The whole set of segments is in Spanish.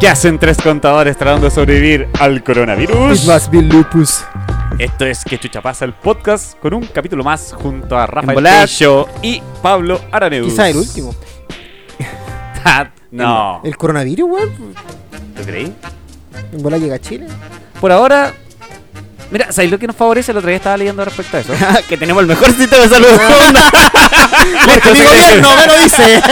¿Qué hacen tres contadores tratando de sobrevivir al coronavirus? It must be lupus. Esto es Que Chucha Pasa, el podcast con un capítulo más junto a Rafael volar. Tello y Pablo Araneu. Quizá el último. no. El coronavirus, weón. ¿Tú creí? En bola llega a Chile. Por ahora. Mira, ¿sabes lo que nos favorece? El otro día estaba leyendo respecto a eso. que tenemos el mejor sistema de salud. Porque mi gobierno me lo dice.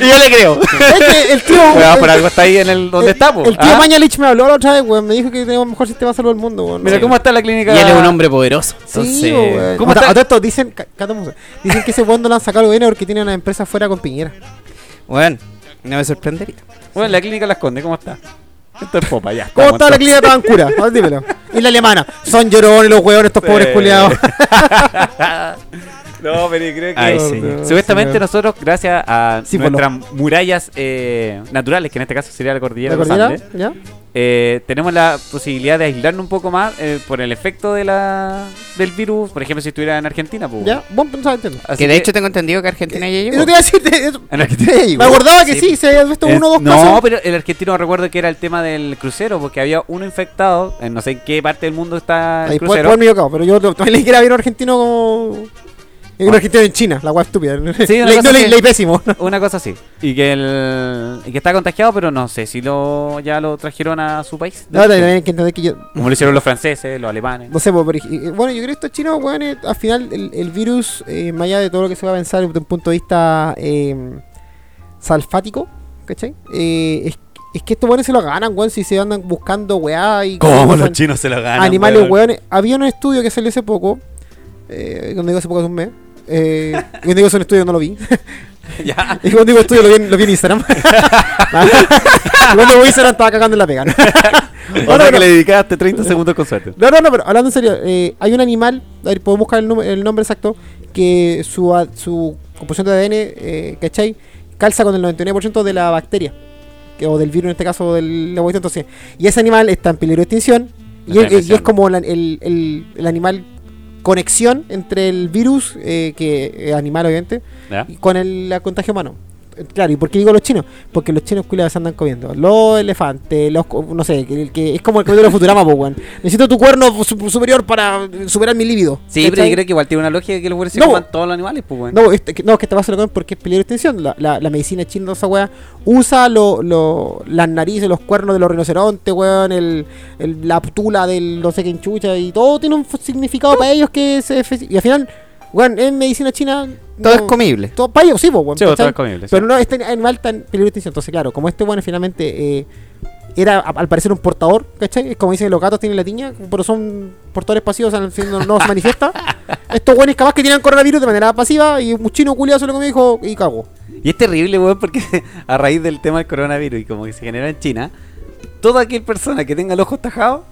y yo le creo. Es que el tío. Weón, el- por algo está ahí en el donde el- está, po. El tío Ah, Mañalich me habló la otra vez, weón. Me dijo que tenemos el mejor sistema de salud del mundo, weón. Mira Sí. cómo está la clínica. Y él es un hombre poderoso. Sí, Entonces, weón. ¿cómo A to- está? a todo esto dicen, ca- cada cosa. dicen que ese weón no lo han sacado al gobierno porque tiene una empresa fuera con Piñera. bueno, no me sorprendería. Bueno, la clínica la esconde, ¿cómo está? Esto es popa, ya. ¿Cómo estamos, está la entonces. clínica de Pancura? A ver, dímelo. Y la alemana. Son llorones los weones, estos pobres Sí. culiados. No, pero creo que. Ay, Dios, señor. Dios, Supuestamente señor. nosotros, gracias a Sí, pues, por nuestras murallas eh, naturales, que en este caso sería la cordillera ¿La de los cordillera? Andes, ¿Ya? eh, tenemos la posibilidad de aislarnos un poco más eh, por el efecto de la del virus. Por ejemplo, si estuviera en Argentina, pues. ¿Ya? Bueno, no sabes entiendo. Así que de hecho tengo entendido que Argentina ya Eso llegó. te iba a decir, te- eso- en Argentina ya llegó. Me acordaba que Sí. sí, se había visto Es- uno o dos eh, no, casos. pero el argentino recuerdo que era el tema del crucero, porque había uno infectado, en no sé en qué parte del mundo está el Ahí puede Ah, crucero. poner mi cacao, pero yo lo- también leí que era bien argentino como. Era un argentino en China, la guay estúpida. una leí, cosa no, leí, Ah. que- leí pésimo. Una cosa así. Y que el y que está contagiado, pero no sé si lo ya lo trajeron a su país. No, también hay que entender que yo. Como lo hicieron los franceses, los alemanes. No sé, pues, pero, eh, bueno, yo creo que estos chinos, weón, eh, al final el, el virus, eh, más allá de todo lo que se va a pensar desde un punto de vista eh, salfático, ¿cachai? Eh, es, es que estos weones se lo ganan, weón, si se andan buscando weá y. cosas- chinos se lo ganan? animales, weón. Había un estudio que salió hace poco, eh, cuando digo hace poco hace un mes. Eh, cuando digo es un estudio, no lo vi. ya. Y cuando digo estudio, lo vi, en- lo vi en Instagram. Y cuando voy a Instagram estaba cagando en la pega. ¿no? Ahora no, que no. le dedicaste 30 segundos con suerte. No, no, no, pero hablando en serio, eh, hay un animal, a ver, podemos buscar el, nom- el nombre exacto, que su, a- su composición de ADN, eh, ¿cachai? Calza con el 99% de la bacteria, que- o del virus en este caso, del la bacteria, entonces. Y ese animal está en peligro de extinción, y, Está en es- y es, extinción. como la- el, el- el animal conexión entre el virus, eh, que es animal obviamente, ¿Ya? y con el la contagio humano. Eh, Claro, ¿y por qué digo los chinos? Porque los chinos culiados se andan comiendo. Los elefantes, los co- no sé, que, que es como el capítulo de Futurama, po, weón. Necesito tu cuerno su- superior para eh, superar mi líbido. Sí, pero ¿cachai? yo creo que igual tiene una lógica que los güeyes se No. coman todos los animales, pues, weón. No, este, que- no, que esta weá se lo comen porque es peligro de extinción. La, la- la medicina china, toda esa weá, usa lo- lo- las narices, los cuernos de los rinocerontes, weón, el, el- la tula del no sé qué enchucha y todo tiene un f- significado para ellos que se. fe- Y al final, weón, en medicina china. Todo es no- comible. Todo para ellos, sí, po, weón. Sí, todo ¿cachai? es comible. sí. Pero no, este animal está en peligro de extinción. Entonces, claro, como este bueno finalmente eh, era a- al parecer un portador, ¿cachai? Es como dicen que los gatos tienen la tiña, pero son portadores pasivos, o sea, al fin no, no se manifiesta. Estos buenos capaz que tienen coronavirus de manera pasiva y un chino culiado solo que me dijo y cago. Y es terrible, weón, porque a raíz del tema del coronavirus y como que se genera en China, toda aquel persona que tenga el ojo tajado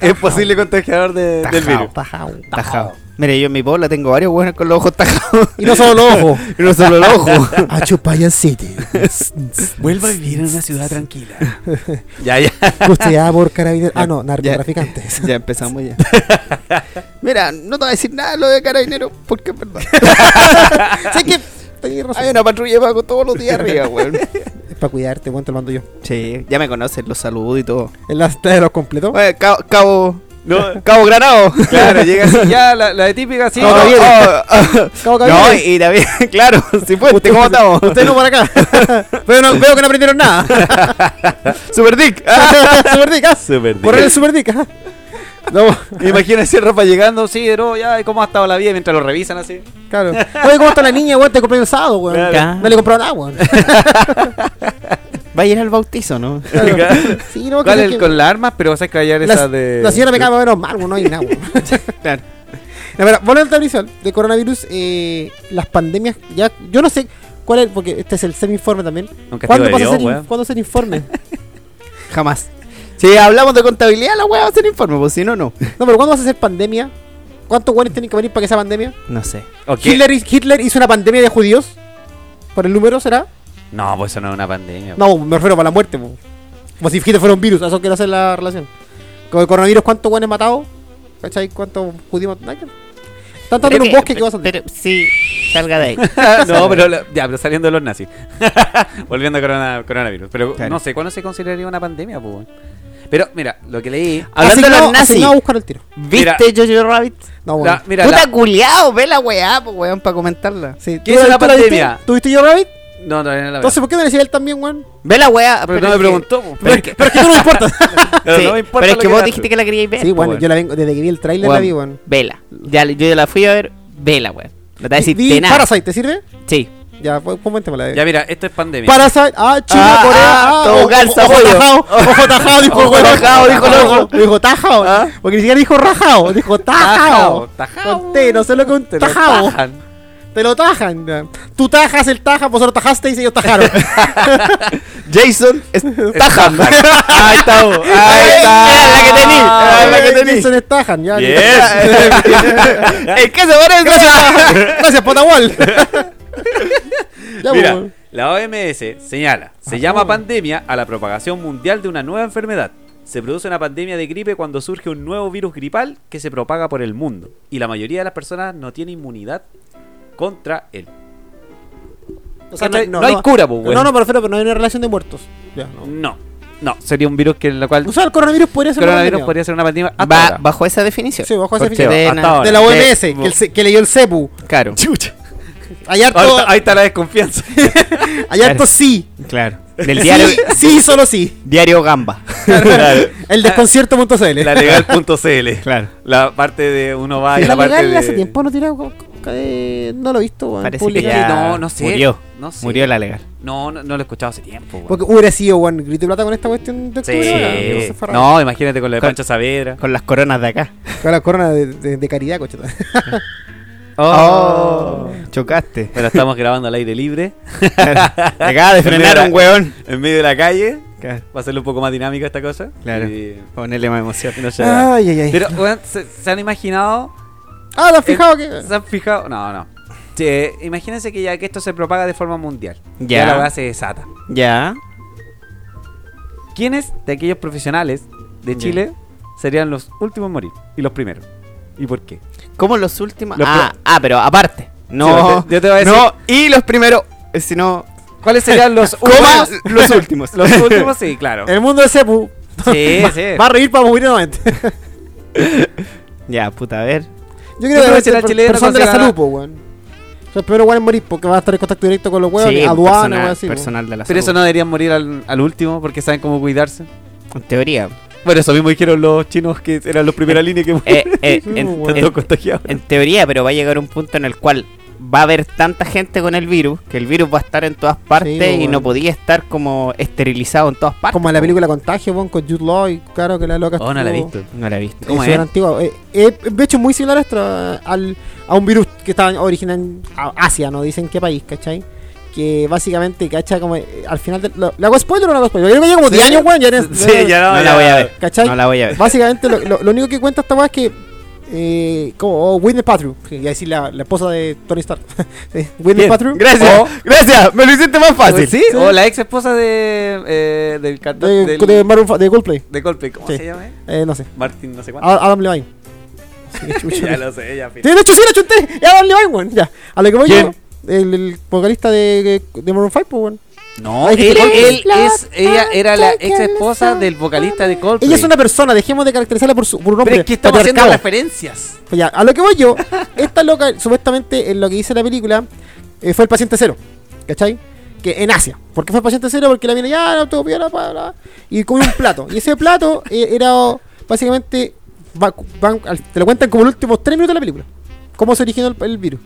es posible contagiador de- del virus. Tajao. Tajado. Mire, yo en mi bola tengo varios buenos con los ojos tajados. Y no solo los ojos. Y no solo los ojos. A Chupayan City. Vuelva a vivir en una ciudad tranquila. ya, ya. Custeada por carabineros. Ah, no, Ya. narcotraficantes. ya empezamos ya. Mira, no te voy a decir nada de lo de carabinero, porque es verdad. sé que tenías razón. Hay una patrulla de Paco todos los días arriba, weón. Es para cuidarte, weón, te lo mando yo. Sí, ya me conocen, los saludos y todo. En las tres los completó. Oye, cabo, cabo, No, cabo Granado. claro, llega así, ya, la, la de típica, así. No, no, no, no, Cabo Caballero. y también, claro, si pues, fuiste, ¿cómo estamos? Ustedes no para acá. Pero no- veo que no aprendieron nada. Super Dick. Super Dick, ah. Súper Borrar el Super Dick, ah. No, Imagínense Rafa llegando, sí, de nuevo, ya, ¿y ¿cómo ha estado la vida? Y Mientras lo revisan así. claro. Oye, ¿cómo está la niña, weón? Te compré un sábado, weón. Claro. No le compró nada, weón. Va a ir al bautizo, ¿no? Claro. Sí, no, ¿Cuál que- es el- que- con las armas? Pero vas a callar la, esa de. la señora me acaba de ver mal, weón. No hay nada, weón. Claro. La verdad, volviendo al tema inicial de coronavirus, eh, las pandemias, ya, yo no sé cuál es, porque este es el semi-informe también. Un castigo ¿Cuándo de pasa a Dios, ser, in- weón. ¿cuándo ser informe? Jamás. Si hablamos de contabilidad, la weá va a ser informe, pues si no, no. No, pero ¿cuándo vas a ser pandemia? ¿Cuántos weones tienen que venir para que sea pandemia? No sé. Ok. Hitler, Hitler hizo una pandemia de judíos. ¿Por el número será? No, pues eso no es una pandemia. No, me refiero para la muerte. po. Como si Hitler fuera un virus, a eso quiero hacer la relación. Con el coronavirus, ¿cuántos guanes matados? ¿Cachai? ¿Cuántos judíos matados? Están tanto en un bosque que vas a Pero sí, salga de ahí. no, pero la- ya, pero saliendo de los nazis. Volviendo a corona- coronavirus. Pero Claro. no sé cuándo se consideraría una pandemia, pues. weón? Pero mira, lo que leí. Hablando de los Asignado- nazis, asignado a buscar el tiro. Mira. ¿viste Jojo Rabbit? No, bueno. la- mira, Puta la- culiao, ve la weá, pues weón, para comentarla. Sí, ¿Qué ¿tú es la- la tú la viste? pandemia? ¿Tuviste yo, Rabbit? no, todavía no la veo. Ah, Entonces, ¿por qué no decía él también, weón? Ve la weá. Pero no me es que- preguntó, po. Pero es que, Pero es que tú no me importas. Pero sí, no me importa pero es lo que vos veas. dijiste que la queríais ver. sí, bueno, weón. yo la vengo, desde que vi el trailer la Weón, vi, weón. Vela. Ya, yo ya la fui a ver, vela, weón. No te voy a decir Vi- de vi nada. Parasite, ¿te sirve? Sí. Ya, pues, comentémosla. eh. Ya, mira, esto es pandemia. Parasite, ah, China, Ah, Corea, ah, ah, todo ojo- calza, ojo pollo. tajao, ojo tajao, dijo el Ojo weón. tajao, dijo el ojo. Dijo tajao, Ah. porque ni siquiera dijo rajao, dijo tajao. Tajao, tajao. Con T, no sé lo que es un Te lo tajao. tajan. Te lo tajan. ya. Tú tajas, el taja, vosotros tajaste y ellos tajaron. Jason es Tajan. Ahí está. vos. Ahí Era la que tení, está. era Ah, la que tení. Dicen es tajan, ya. El caso ahora es Gracias, gracias, Potawal. Ya, Mira, pues. la OMS señala, Ah, se llama pandemia a la propagación mundial de una nueva enfermedad. Se produce una pandemia de gripe cuando surge un nuevo virus gripal que se propaga por el mundo. Y la mayoría de las personas no tiene inmunidad contra él. O sea, no, hay cura, pues, No, no, pero, pero no hay una relación de muertos. Ya, no. No, no, sería un virus que en la cual O sea, el coronavirus podría ser una coronavirus pandemia. podría ser una pandemia hasta Va, ahora. Eh, bajo esa definición. Sí, bajo esa Corcheo, definición. hasta ahora. De la Ahora, OMS, de- que, el se- que leyó el CEPU. Claro. Hay harto, Ahí está- ahí está la desconfianza. ah, hay harto sí. Claro. Del diario, Sí, sí, solo sí. diario Gamba. El desconcierto.cl. Ah, La legal.cl. Claro. La parte de uno va y la la parte legal de... hace tiempo no tira. co- co- eh, No lo he visto. weón, Parece que publicado. ya no, no sé, murió. no sé. Murió la legal. No, no, no lo he escuchado hace tiempo. weón. Porque hubiera sido, weón, grito y plata con esta cuestión de octubre. weón, Sí. se fue a No, imagínate con la de Con- Pancho Saavedra. Con las coronas de acá. rajar. Con la corona de, de- de caridad, cocheta. Oh. Chocaste. Oh. Pero estamos grabando al aire libre. Te acaba de frenar a un weón. En medio de la calle. Claro. Va a ser un poco más dinámica esta cosa. Claro. Y- Ponerle más emoción. y no se Ah. da. Ay, ay, ay. Pero, weón, ¿se, se han imaginado? Ah, ¿te has fijado que.? ¿Se han fijado? No, no. Che, imagínense que ya que esto se propaga de forma mundial. Ya. la verdad se desata. Ya. ¿Quiénes de aquellos profesionales de Ya. Chile serían los últimos en morir? Y los primeros. ¿Y por qué? Como los últimos. Los ah, ah, pero aparte. No. Sí, yo te voy a decir- No, y los primeros. eh, Si no. ¿Cuáles serían los Coma, últimos? los últimos. Los últimos, sí, claro. El mundo de Cepu. Sí, va, sí. va a reír para morir nuevamente. Ya, puta, a ver. Yo Yo creo que creo es que la el chilena personal de la considerada- salud, po, weón. O sea, el primero weón es morir porque va a estar en contacto directo con los weones, Sí, aduana, personal, weón, así. po. personal de la Pero eso salud. no deberían morir al, al último porque saben cómo cuidarse. En teoría. Bueno, eso mismo dijeron los chinos que eran los primera línea que Eh, eh, Sí, en, bueno. Están en- todos contagiados. en teoría, pero va a llegar un punto en el cual va a haber tanta gente con el virus que el virus va a estar en todas partes pues, y bueno. no podía estar como esterilizado en todas partes. Como en la película Contagio, weón, con Jude Law y claro que la loca. Oh, no la he estuvo- visto. No la he visto. ¿Cómo Eso es? era antiguo. Eh, eh, de hecho, es muy similar a, esto, a- al, a un virus que estaba originado en a- Asia, no dicen qué país, ¿cachai? Que básicamente, ¿cachai? Como eh, al final del. lo- ¿Le hago spoiler o no le hago spoiler? Yo creo que llevo como 10 años, weón. Ya eres, Sí, ya No, la voy a ver. ¿Cachai? No la voy a ver. Básicamente, lo, lo- lo único que cuenta esta weá es que. Eh, como oh, Whitney Paltrow, que iba a decir la, la esposa de Tony Stark. Sí, Whitney Bien, Paltrow. Gracias, gracias, me lo hiciste más fácil. ¿Sí? O la ex esposa de, eh, del cantante De, del- de, Maroon fi- de Coldplay. de Coldplay. ¿Cómo Sí. se llama? eh? Eh, no sé. Martin, no sé cuánto. Adam Levine. Sí, chucha. Ah, ya lo sé, ya. fin. Tiene hecho sí, lo chunté. Ya dale, weón, weón. Ya. A lo que voy ¿Quién? yo. El, el vocalista de, de Maroon 5, pues, weón. No, Ay, Ah, él, Coldplay. él es, ella era la ex esposa del vocalista de Coldplay. Ella es una persona, dejemos de caracterizarla por su por un nombre. Pero es que estamos haciendo patriarcado. referencias. Pues ya, a lo que voy yo, esta loca, supuestamente, en lo que dice la película, eh, fue el paciente cero, ¿cachai? Que en Asia. ¿Por qué fue el paciente cero? Porque la mina ya, no, todo piola, bla, bla, y comió un plato. Y ese plato eh, era, oh, básicamente, va- van- al- te lo cuentan como los últimos tres minutos de la película. Cómo se originó el, el virus.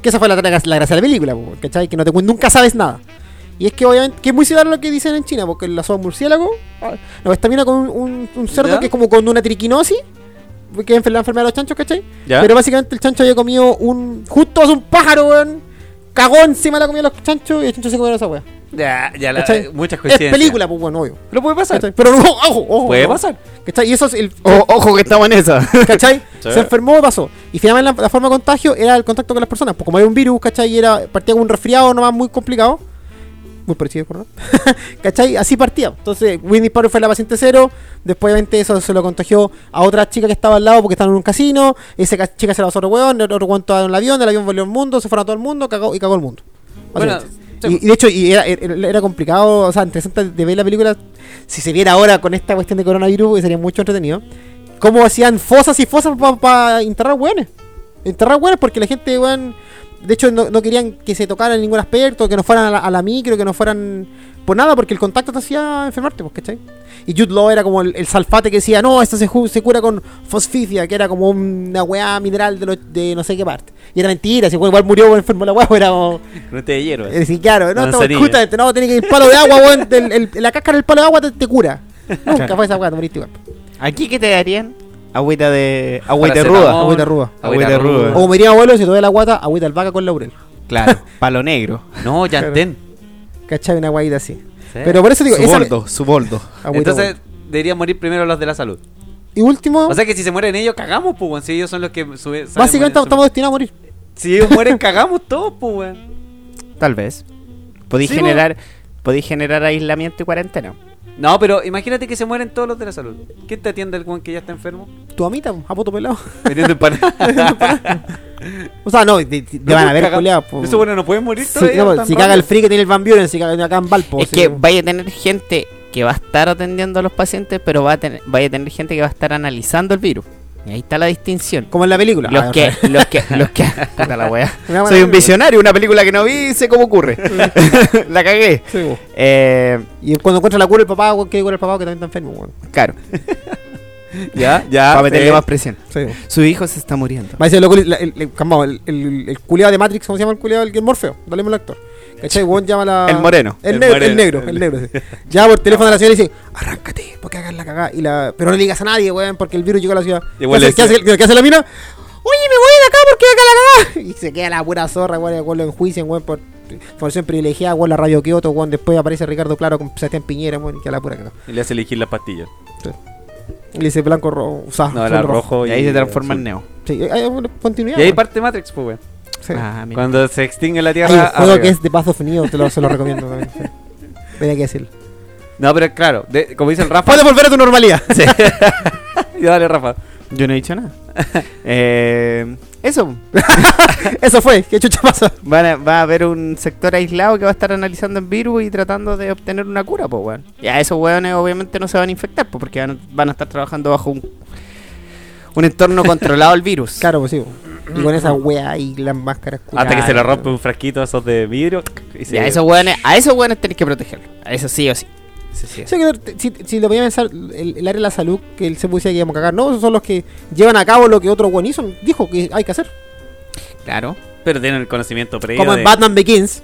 Que esa fue la, tra- la gracia de la película, po, ¿cachai? Que no te cuen- nunca sabes nada. Y es que obviamente, que es muy similar a lo que dicen en China, porque la sopa murciélago, ah, no, esta mina con un, un- un cerdo ¿Ya? que es como con una triquinosis, que es la enfermedad de los chanchos, ¿cachai? ¿Ya? Pero básicamente el chancho había comido un. Justo hace un pájaro, weón. Cagó encima de la comida de los chanchos y el chancho se comió esa weá. ya, ya, la, eh, ¿Cachai? muchas Es coincidencias. película, pues bueno, obvio. Pero puede pasar. ¿Cachai? Pero no, ojo, ojo. Puede ojo. pasar. Oh. ¿Cachai? Y eso es el. O- ojo que estamos en esa. ¿Cachai? Sí. Se enfermó y pasó. Y finalmente la, la forma de contagio era el contacto con las personas. Pues como era un virus, ¿cachai? Y era, partía con un resfriado nomás muy complicado. muy parecido, ¿verdad? ¿Cachai? Así partía. Entonces, Winnie Paro fue la paciente cero. Después, obviamente, eso se lo contagió a otra chica que estaba al lado porque estaban en un casino. Esa ca- chica se la pasó a otro weón, el otro weón estaba en el avión, el avión volvió al mundo, se fueron a todo el mundo cagó, y cagó el mundo. Bueno, Básicamente. Y, y de hecho, y era, era era complicado, o sea, interesante de ver la película. Si se viera ahora con esta cuestión de coronavirus, pues, sería mucho entretenido. Cómo hacían fosas y fosas para enterrar hueones. Enterrar hueones porque la gente, weón. De hecho, no, no querían que se tocaran en ningún aspecto, que no fueran a la, a la micro, que no fueran por nada, porque el contacto te hacía enfermarte, pues, ¿cachai? Y Jude Law era como el, el salfate que decía, no, esto se, ju- se cura con fosficia, que era como una weá mineral de, lo- de no sé qué parte. Y era mentira, si igual murió o enfermó la weá, era como- No te hierro. eh, Sí, claro, no, estamos, Manzanilla. justamente, no, tiene que ir palo de agua, weón, del- el- la cáscara del palo de agua te, te cura. Nunca fue esa weá, te moriste igual. ¿Aquí qué te darían? Agüita de. Agüita de ruda. Paracetamol, agüita ruda. Oh. Agüita Agüita ruda. ruda. O me iría abuelo si todavía la guata, agüita albahaca con laurel. Claro. Palo negro. No, Yantén. ¿Cachai? Una guaita así. Sí. Pero por eso digo, esa, Suboldo, suboldo. agüita, Entonces weón. deberían morir primero los de la salud. y último, O sea que si se mueren ellos, cagamos, pues, weón. Si ellos son los que sube, salen básicamente mueren- estamos destinados a morir. Si ellos mueren, cagamos todos, pues, weón. Tal vez. Podéis Sí, generar. Podéis generar aislamiento y cuarentena. No, pero imagínate que se mueren todos los de la salud. ¿Quién te atiende el weón que ya está enfermo? Tu amita, a poto pelado. Metiendo O sea, no, te, te- te van a ver, culiao, po. Eso, bueno, no pueden morir Si, todavía. no, están si caga el rápido. free que tiene el Van Buren, si caga acá en Valpo. es si- que vaya a tener gente que va a estar atendiendo a los pacientes, pero va a tener, vaya a tener gente que va a estar analizando el virus. Y ahí está la distinción. como en la película. Los Ah, que, los que, los que. Puta la wea. Una buena Soy un película. visionario, una película que no vi, sé cómo ocurre. la cagué. Sí, po. Eh, y cuando encuentra la cura el papá, weón, que cura el papá que también está enfermo, weón. claro, Ya, ya. eh, para meterle sí. más presión. Sí, po. Ah, eh, Su hijo se está muriendo. Va a decir, loco, el, el, el, calmao, el, el- el culiao de Matrix, ¿cómo se llama el culiado? El, el Morfeo, dale el actor. ¿Cachai? Weón llama a la. El moreno. El, El negro, moreno. el negro, el negro. sí. Llama por teléfono a la señora y dice, arráncate, porque hagas la cagada. Y la... Pero no le digas a nadie, weón, porque el virus llegó a la ciudad. ¿Qué Igual hace, es- qué hace- qué hace la mina? Oye, me voy de acá porque acá la cagada. Y se queda la pura zorra, weón, el weón lo enjuician, weón, por formación privilegiada, weón, la radio Kioto, weón. Después aparece Ricardo Claro con Sebastián Piñera, weón, y queda la pura cagada. Y Le hace elegir las pastillas. Y le dice blanco rojo, o sea, No, azul, era rojo. Y ahí se transforma en azul. neo. Sí, hay- hay una continuidad. Y ahí weón. parte Matrix, pues, weón. Sí. Ah, mira. Cuando se extingue la Hay un Tierra. ah, juego arriba. que es de Path of Neo, te lo, se lo recomiendo también. Tenía que decirlo. No, pero claro, de- como dice el Rafa. Puedes volver a tu normalidad. Sí. ya dale, Rafa. Yo no he dicho nada. Eh, eso. Eso fue, qué chucha pasa. Van a- va a haber un sector aislado que va a estar analizando el virus y tratando de obtener una cura, pues, weón. Y a esos weones obviamente no se van a infectar, pues, porque van, van a estar trabajando bajo un, un entorno controlado del virus. Claro, pues sí. Y con esa wea y las máscaras culiadas. Mm. Hasta que se le rompe un frasquito a esos de vidrio. Y Y a esos weones, a esos weones tenés que protegerlos. A eso sí o sí. Sí, sí. O sea, que te- Si, si lo voy a pensar, el, el área de la salud que él se puso que íbamos a cagar, no, esos son los que llevan a cabo lo que otro buen hizo, dijo que hay que hacer. Claro. Pero tienen el conocimiento previo. Como en de- Batman Begins,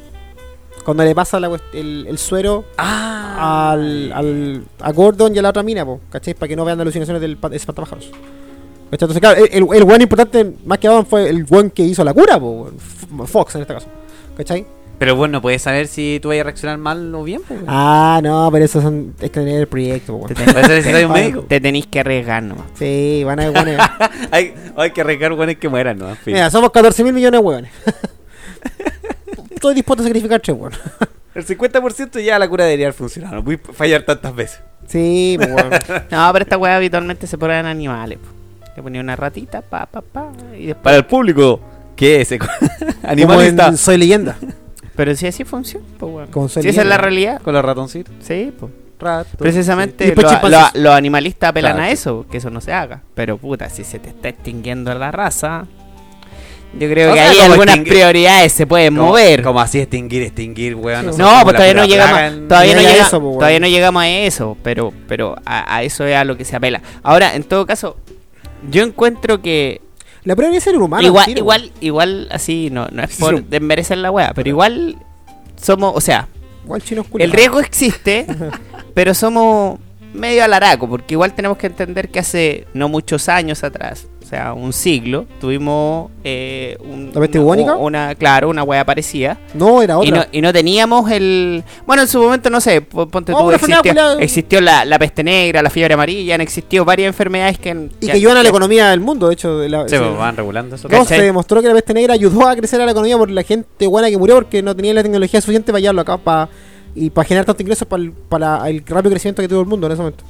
cuando le pasa la cuest- el, el suero Ah. al, al, a Gordon y a la otra mina, po, ¿cachai? Para que no vean alucinaciones del pa- espantapájaros. ¿Cachai? Entonces, claro, el, el, el weón importante, más que Adam, fue el buen que hizo la cura, po, weón. F- Fox en este caso. ¿Cachai? Pero bueno, no puedes saber si tú vas a reaccionar mal o bien, pues. weón. Ah, no, pero eso son, es que tener el proyecto, po, Te, weón. tenés- Para eso necesitas un te- médico. te tenés que arriesgar nomás. Sí, van a weones. hay, hay que arriesgar buenos que mueran, ¿no? En fin. Mira, somos 14 mil millones de weones. Estoy dispuesto a sacrificar tres, weón. El 50% ya la cura debería haber funcionado. No voy a fallar tantas veces. Sí, po, weón. No, pero esta weá habitualmente se prueban animales, po. Le ponía una ratita, pa, pa, pa. Y después... Para el público, ¿qué es? Como en Animalista. Soy leyenda. Pero si así funciona, pues, weón. Con Si esa es la saliva. realidad, Con los ratoncitos. sí, pues. Rato. Y Precisamente después lo- chimpancés. lo- los animalistas apelan Claro. a eso, que eso no se haga. Pero puta, si se te está extinguiendo la raza, yo creo O que sea, hay como algunas extingue- prioridades se pueden mover. Como así extinguir, extinguir, weón. Sí. sé, No, como pues la todavía no pura llegamos, plaga en- todavía no, llega a llega, eso, pues, po, weón. todavía no llegamos a eso, pero, pero a, a eso es a lo que se apela. Ahora, en todo caso, yo encuentro que La prueba es ser humano. igual, al tiro, igual, igual, así, no, no es Sí, por sí. desmerecer la wea, pero igual somos, o sea, weón. Igual chino es el culiao. riesgo existe, pero somos medio alaraco, porque igual tenemos que entender que hace no muchos años atrás, o sea, un siglo, tuvimos eh, un- ¿La peste una, bubónica? una- claro, una hueá parecida. No, era Y otra. no, y no teníamos el... Bueno, en su momento, no sé, po- ponte Oh, tú, pero fue una existió, culiao. existió la, la peste negra, la fiebre amarilla, han existido varias enfermedades que... han- Y que- que ayudan a la que- economía del mundo, de hecho. De la, Sí, se- pues, van regulando eso. no, ¿Cachai? se demostró que la peste negra ayudó a crecer a la economía por la gente buena que murió porque no tenía la tecnología suficiente para llevarlo acá, para y para generar tantos ingresos para el, para el rápido crecimiento que tuvo el mundo en ese momento.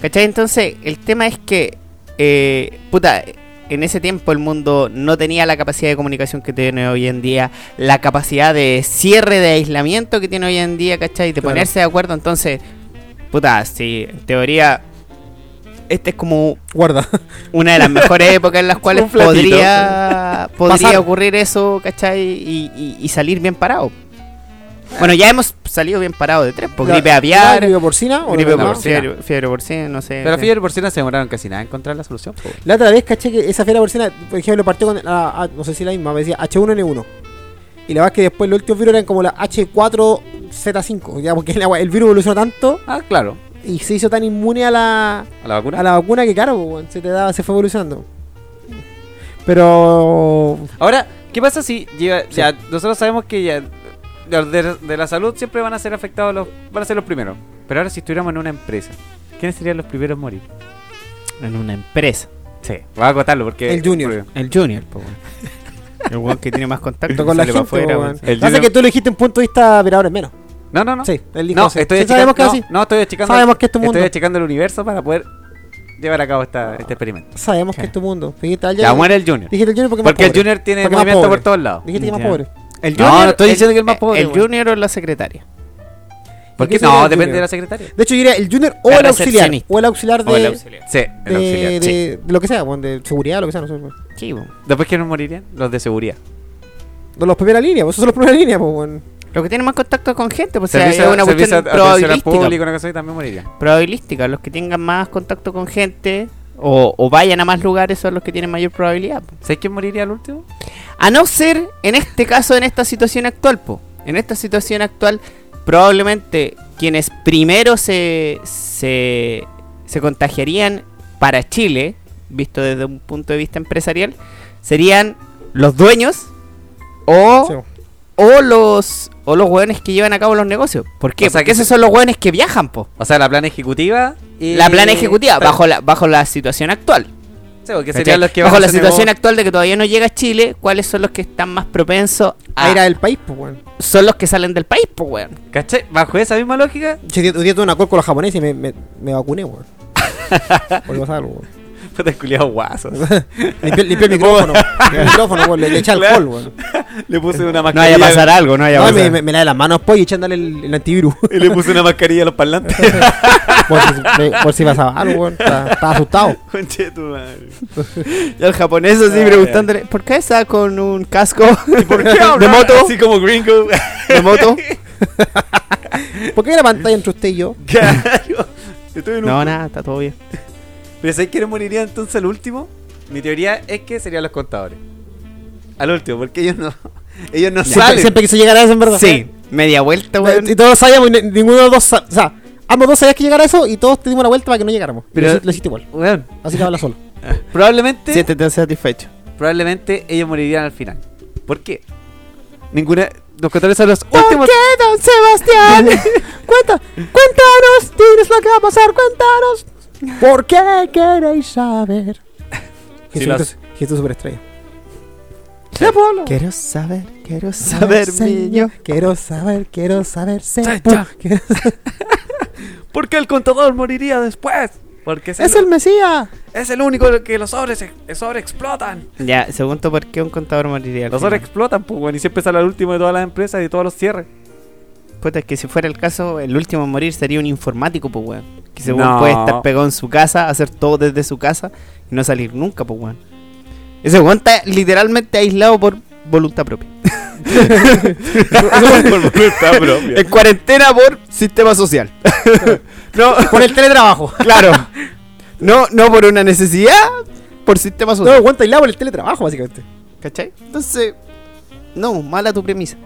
¿Cachai? Entonces, el tema es que, eh, puta, en ese tiempo el mundo no tenía la capacidad de comunicación que tiene hoy en día, la capacidad de cierre de aislamiento que tiene hoy en día, ¿cachai? De Claro. ponerse de acuerdo. Entonces, puta, si en teoría, este es como Guarda. una de las mejores épocas en las cuales Un platito. podría, podría Pasar. ocurrir eso, ¿cachai? Y, y- y salir bien parado. Ah. Bueno, ya hemos salido bien parados de tres, por Pues gripe aviar, Gripe porcina. o gripe no, no. porcina. porcina, fiebre porcina, no sé. Pero sí. fíjate, por si no se demoraron casi nada en encontrar la solución. po. La otra vez caché que esa fiera porcina, por ejemplo, partió con, la- a- no sé si la misma, me decía H1N1. Y la verdad es que después los últimos virus eran como la H4Z5, ya porque la wea- el virus evolucionó tanto Ah, claro. y se hizo tan inmune a la, ¿A la vacuna? a la vacuna que claro, pues, weón, se te daba, se fue evolucionando. Pero Ahora, ¿qué pasa si lleva- ya, nosotros sabemos que ya de, de- de la salud siempre van a ser afectados los van a ser los primeros? Pero ahora si estuviéramos en una empresa, ¿quiénes serían los primeros en morir? En una empresa. Sí, voy a acotarlo porque El Junior. El Junior, po. weón. El weón que tiene más contacto con la sale gente, pa' pues, afuera, weón. weón. El Pasa Junior- que tú lo dijiste en punto de vista, pero ahora es menos. No, no, no. Sí, él dijo no, sí. estoy Sí, achicando- sabemos que no, así. no, estoy achicando. Sabemos que es tu mundo. Estoy achicando el universo para poder llevar a cabo esta, este experimento. Sabemos que es tu mundo. Dijiste, ah, ya- Ya muere el Junior. dijiste el Junior porque, es más Porque el pobre. Junior tiene Porque más movimiento pobre. por todos lados. Dijiste que es más Ya. pobre. El No, no estoy diciendo que eh, el más pobre, El weón. Junior o la secretaria. ¿Por qué qué? sería No, el depende Junior? de la secretaria. De hecho, yo diría el Junior o La el auxiliar. recepcionista. O el auxiliar de, O el auxiliar. Sí, el de, auxiliar. de- sí. de lo que sea, weón, de seguridad, lo que sea. No sé, weón. Sí, weón. Después, ¿quiénes morirían? Los de seguridad. de los primeras líneas, pues, esos son los primeras líneas, pues, weón. Los que tienen más contacto con gente, pues o sea, es Servicio, una servicio cuestión a- atención al probabilística. público, una cosa así, también morirían. probabilística. Los que tengan más contacto con gente o, o vayan a más lugares son los que tienen mayor probabilidad. po. ¿Sabes quién moriría al último? A no ser, en este caso, en esta situación actual, po. En esta situación actual, probablemente quienes primero se, se, se contagiarían para Chile, visto desde un punto de vista empresarial, serían los dueños o, Sí. o los o los hueones que llevan a cabo los negocios. ¿Por qué? O sea Porque que esos se- son los hueones que viajan, po. O sea, la plana ejecutiva y... La plana ejecutiva, Claro. bajo la, bajo la situación actual. Sí, porque ¿Cachai? serían los que Bajo van a la hacer situación negocio. actual de que todavía no llega a Chile, ¿cuáles son los que están más propensos a Ah. A ir al país, pues, weón. Son los que salen del país, pues, weón. ¿Cachai? Bajo esa misma lógica, Yo hoy día- hoy día tuve una call con los japoneses y me, me, me vacuné, weón. Por pasar, weón. puta el culiado guaso. Limpié, limpié el micrófono. el micrófono, weón. Le, le eché alcohol, weón. Le puse una No vaya mascarilla. a pasar algo, no vaya a No, pasar. me, me, me lavé las manos, pollo, y eché a andar el, el antivirus. Y le puse una mascarilla a los parlantes. por, si, por si pasaba algo, weón. Estaba estaba asustado. Conche tu madre. Y al japonés así Ay, preguntándole, ¿por qué está con un casco de hablan moto? Así como gringo. ¿De moto? ¿Por qué hay una pantalla entre usted y yo? claro. Estoy en un... No, nada, está todo bien. ¿Pero sabes quién moriría entonces al último? Mi teoría es que serían los contadores. Al último, porque ellos no... Ellos no Siempre, salen. siempre quiso llegar a eso, en verdad. Este Sí, media vuelta, weón. Y todos lo sabíamos, y ni- ninguno de los dos. sa- O sea, ambos dos sabías que llegara a eso y todos te dimos la vuelta para que no llegáramos. Pero- Pero lo, hiciste ¿eh? igual. Weón, Así que habla solo. probablemente... Siéntete satisfecho. probablemente ellos morirían al final. ¿Por qué? Ninguna. Los contadores son los últimos. don Sebastián? Cuenta, cuéntanos, tienes lo que va a pasar, cuéntanos. ¿Por qué queréis saber? Sí, Jesús, las- Jesús superestrella. Ya, Pablo. Quiero saber, quiero saber, niño. Señor, Quiero saber, quiero saber, sé Cha, pu- cha. quiero- ¿Por qué el contador moriría después? Porque es, Es el, el Mesías. es el único que los sobres eh, sobre explotan. Ya, según tú, ¿por qué un contador moriría? al Los final? sobres explotan, pues, bueno, y siempre sale el último de todas las empresas y de todos los cierres. Puta, es que si fuera el caso, el último a morir sería un informático, pues, weón. Que según No. puede estar pegado en su casa, hacer todo desde su casa y no salir nunca, pues, weón. Ese weón está literalmente aislado por voluntad propia. En cuarentena por sistema social. no, Por el teletrabajo. claro. No, no por una necesidad, por sistema No, social. aguanta y lavo el teletrabajo, básicamente. ¿Cachai? Entonces, no, mala tu premisa.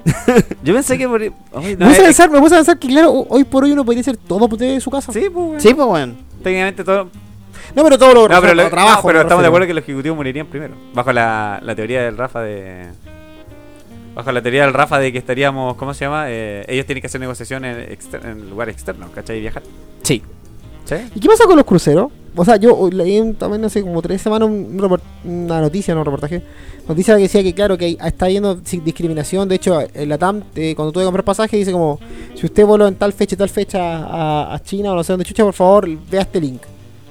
Yo pensé que morir. Ay, no, me puse a eh, pensar, me puse a pensar que, claro, hoy por hoy uno podría hacer todo desde su casa. Sí, pues, bueno. Sí, pues, weón. Técnicamente todo. No, pero todo lo, No, pero, lo lo- trabajo. no, pero me estamos de refiero. acuerdo que los ejecutivos morirían primero. Bajo la, la teoría del Rafa de. Bajo la teoría del Rafa de que estaríamos. ¿Cómo se llama? Eh, ellos tienen que hacer negociaciones en, exter- en lugares externos, ¿cachai? Y viajar. Sí. ¿Sí? ¿Y qué pasa con los cruceros? o sea, yo leí un- también hace como tres semanas un- un report- una noticia, no un reportaje, noticia que decía que claro, que hay- está habiendo si- discriminación, de hecho, en la TAM, eh, cuando tuve que comprar pasaje, dice como, si usted voló en tal fecha y tal fecha a, a China o no sé dónde chucha, por favor, vea este link.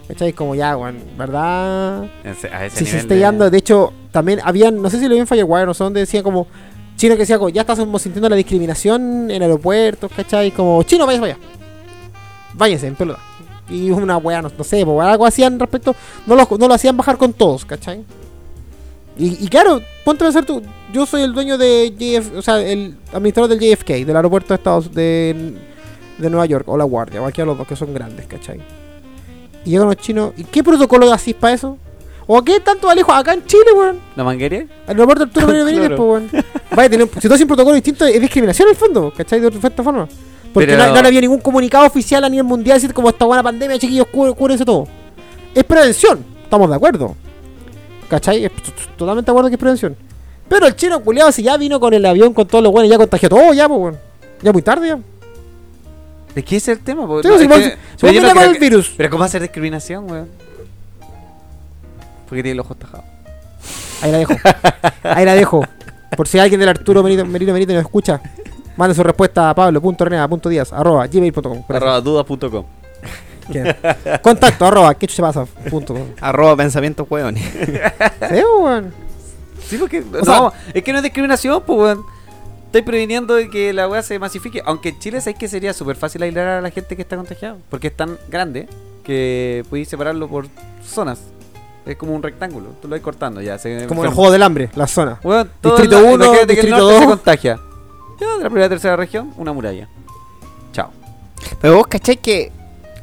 ¿Cachai? Como ya, weón, ¿verdad? En se- a ese Sí, se nivel está de- llegando. De hecho, también habían, no sé si lo vi en Firewire, no sé dónde decía como, chino que decía como, ya estamos sintiendo la discriminación en aeropuertos, ¿cachai? Como, chino, váyase para allá. Váyase, en pelota. Y una weá, no, no sé, pues, algo hacían respecto, no lo, no lo hacían bajar con todos, ¿cachai? Y, y claro, ponte a pensar tú, yo soy el dueño de JF, o sea, el administrador del JFK, del aeropuerto de Estados de, de Nueva York, o La Guardia, o aquí a los dos que son grandes, ¿cachai? Y llegan los chinos, ¿y qué protocolo hacís para eso? ¿O qué tanto alejo? Acá en Chile, weón. ¿La manguería? Al aeropuerto Arturo Mario Benítez, Claro. po, weón. Vaya, tener, si tú haces un protocolo distinto, es discriminación en el fondo, ¿cachai? De otra forma. Porque Pero- no, no había ningún comunicado oficial a nivel mundial decir como esta buena pandemia, chiquillos, cú- cúbrense todo. Es prevención, estamos de acuerdo. ¿Cachai? Es t- t- totalmente de acuerdo que es prevención. Pero el chino culiado, si ya vino con el avión con todos los buenos, ya contagió todo, ya, pues, weón. Ya muy tarde, ya. ¿De qué es el tema? po? Sí, No, si es vos- que- si pero vos yo no mirás con creo el que- virus. Pero ¿cómo va a ser discriminación, weón? Porque tiene el ojo tajado. Ahí la dejo. Ahí la dejo. Por si alguien del Arturo Merino Merino, Merino nos escucha, manda su respuesta a pablo.renea.díaz arroba gmail.com. Arroba dudas.com. Contacto arroba qué chucha pasa punto com. Arroba pensamientos hueones. Sí, weón. Sí, porque. no, sea- es que no es discriminación, pues, weón. Estoy previniendo de que la weá se masifique. Aunque en Chile sabéis que sería súper fácil aislar a la gente que está contagiada. Porque es tan grande que podéis separarlo por zonas. Es como un rectángulo. Tú lo vas cortando ya. Se Como en el juego del hambre, la zona. Weón, todo Distrito el- uno, imagínate que el distrito norte se dos. contagia. Ya, de la primera y tercera región, una muralla. Chao. Pero vos cachai que.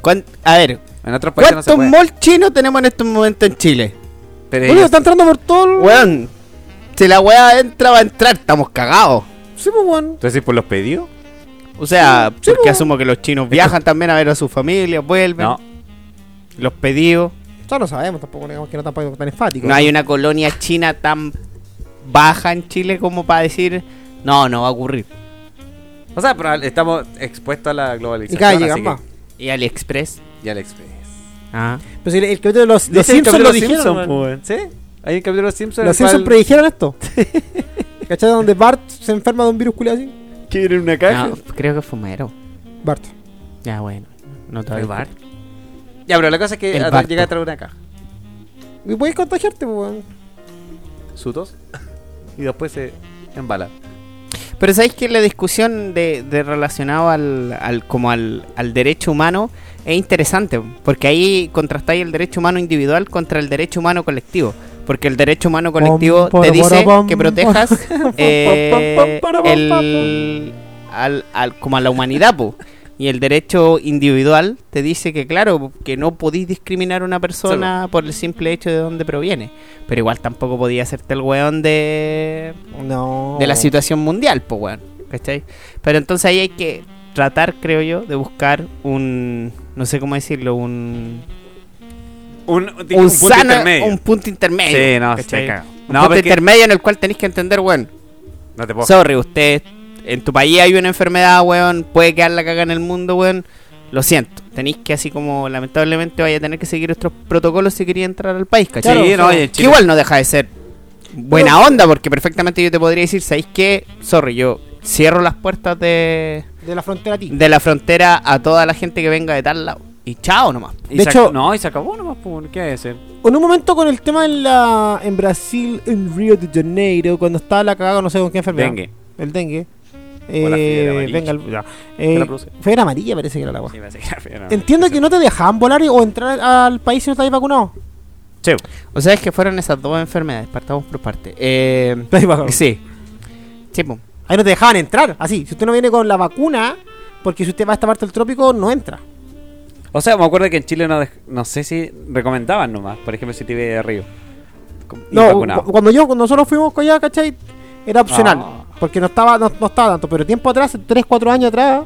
cuán- A ver, En otros países no se ¿cuántos puede. malls chinos tenemos en estos momentos en Chile? Pero Boludo, ellos- está entrando por todo el... Weón, si la weá entra, va a entrar, estamos cagados. Sí, pues, weón. ¿Tú decís por los pedidos? O sea, Sí, porque po. asumo que los chinos viajan también a ver a sus familias, vuelven, No. los pedidos. Ya lo sabemos, tampoco digamos que no tampoco tan enfático. No hay una colonia china tan baja en Chile como para decir, no, no va a ocurrir. O sea, pero estamos expuestos a la Y globalización. cada vez así llegan que- más. Y AliExpress. Y al Express. Ah. Pero si el, el capítulo de los, los Dice Este el capítulo Simpsons lo de los dijeron, Simpsons, pues, weón. po, weón. Sí, hay un capítulo de los Simpsons. Los Simpsons predijeron esto. ¿Cachai? Donde Bart se enferma de un virus culiado así. que viene en una No, creo que fumero. Bart. Ya bueno. No te El bar. Ya, pero la cosa es que El Eh, a- barco. llega a traer una caja. Y puedes contagiarte, pues, weón. Su tos. Y después se embala. Pero sabéis que la discusión de, de relacionado al, al- como al, al derecho humano es interesante, porque ahí contrastáis el derecho humano individual contra el derecho humano colectivo. Porque el derecho humano colectivo pom, te poro, dice pom, que pom, protejas eh, pom, pom, pom, el- al- al- como a la humanidad, po. Y el derecho individual te dice que, claro, que no podís discriminar a una persona por el simple hecho de dónde proviene. Pero igual tampoco podías hacerte el weón de, No. de la situación mundial, pues, weón. ¿Cachai? Pero entonces ahí hay que tratar, creo yo, de buscar un. No sé cómo decirlo, un. Un, Un, sano. Un punto intermedio. Sí, no, ¿cachai? se caga. Un No, punto porque- intermedio en el cual tenéis que entender, weón. No te puedo. Sorry, usted. En tu país hay una enfermedad, weón. Puede quedar la caga en el mundo, weón. Lo siento. Tenéis que, así como lamentablemente, vaya a tener que seguir nuestros protocolos si quería entrar al país, ¿cachai? Claro, sí, no, o sea, oye, Que Chile- igual no deja de ser buena onda, porque perfectamente yo te podría decir, ¿sabéis qué? Sorry, yo cierro las puertas de, De la frontera a ti. de la frontera a toda la gente que venga de tal lado. Y chao nomás. y de se ac- hecho- No, y se acabó nomás, po, ¿qué hay que hacer? En un momento con el tema en, la, en Brasil, en Río de Janeiro, cuando estaba la cagada, no sé con qué enfermedad. Dengue. El dengue. la fiebre Eh, amarilla. venga, el- ya. ¿Qué la Eh, produce? fiebre amarilla parece que era la agua. Sí, me hace gracia, no. Entiendo que no te dejaban volar y- o entrar al país si no estáis vacunado. Sí. O sea, es que fueron esas dos enfermedades, partamos por parte. Eh, Estáis vacunado. sí. Sí, po. Ahí no te dejaban entrar, así. Si usted no viene con la vacuna, porque si usted va a esta parte del trópico, no entra. O sea, me acuerdo que en Chile no, dej- no sé si recomendaban nomás. Por ejemplo, si te iba de Río. Con- y No, vacunado. cu- cuando yo, cuando nosotros fuimos con ella, ¿cachai? Era opcional. Ah. Porque no estaba, no, no estaba tanto. Pero tiempo atrás, 3, 4 años atrás,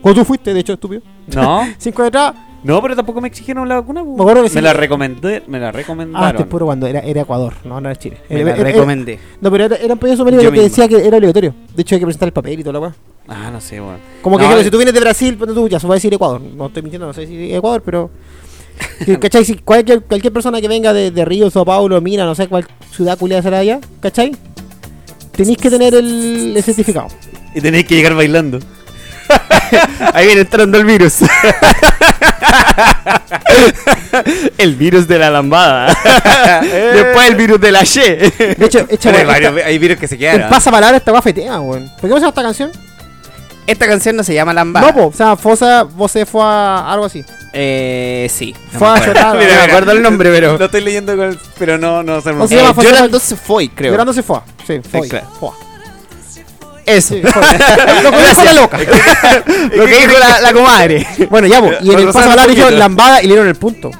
cuando tú fuiste, de hecho, estúpido. No, 5 años atrás, Ah, no, pero tampoco me exigieron la vacuna. po. Me acuerdo que sí. la recomendé, me la Ah, te recomendaron. puro cuando era, era Ecuador, no, no era Chile. Eh, Me Era- la era- recomendé. era- no, pero era, era un país sudamericano Yo que mismo. decía que era obligatorio. De hecho, hay que presentar el papel y toda la weá. Ah, no sé, bueno. Como que No, claro, eh, si tú vienes de Brasil, pues, tú ya se va a decir Ecuador. No estoy mintiendo, no sé si Ecuador, pero. Que, ¿Cachai? Si cualquier, cualquier persona que venga de, de Río, Sao Paulo, Mina, no sé cuál ciudad culiada será allá, ¿cachai? Tenéis que tener el, el certificado. Y tenéis que llegar bailando. Ahí viene entrando el virus. el virus de la lambada. Después el virus de la She. De hecho, echa, Pero hay, weón, esta- varios, hay virus que se el quedan. ¿ah? pasa palabra esta weá fue tema, weón. ¿Por qué no se llama esta canción? Esta canción no se llama lambada. No, po. O sea, Fosa, Vosé fue a algo así. Eh, sí. Fue a llorar. Mira, me acuerdo el nombre, pero- Lo estoy leyendo con el- Pero no, no eh, se me O ocurre. sea, llama José llorando se fue, creo. Llorando se fue. Sí, fue. claro. fue. Eso. Sí, fue. Lo que dijo la loca. Lo que dijo la, la comadre. Bueno, ya, po. Y en el Retroceder pasa un palabra dijo poquito. lambada y le dieron el punto.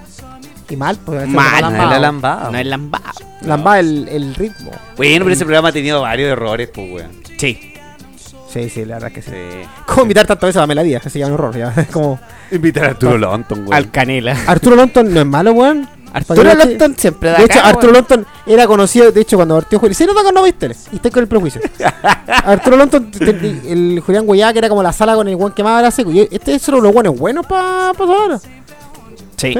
Y mal, porque lambada. Mal, no es la lambada. lambada. No es lambada. el, el ritmo. Bueno, pero ese programa ha tenido varios errores, pues, weón. Sí. Sí, sí, la verdad que sí. Sí. ¿Cómo imitar tanto eso a la melodía? Así ya un horror, ya. Es como. Invitar a Arturo Lonton, weón. Al canela. Arturo Lonton no es malo, weón. Arturo Longton siempre da De hecho, cago, Arturo weón. Lonton era conocido, de hecho, cuando partió Julián. Se nota con no viste, y estoy con el prejuicio. Arturo Lonton, te- te- el Julián Guayá, que era como la sala con el guan que más era seco. Y este es solo unos buenos buenos para ahora. Sí. ¿Sí?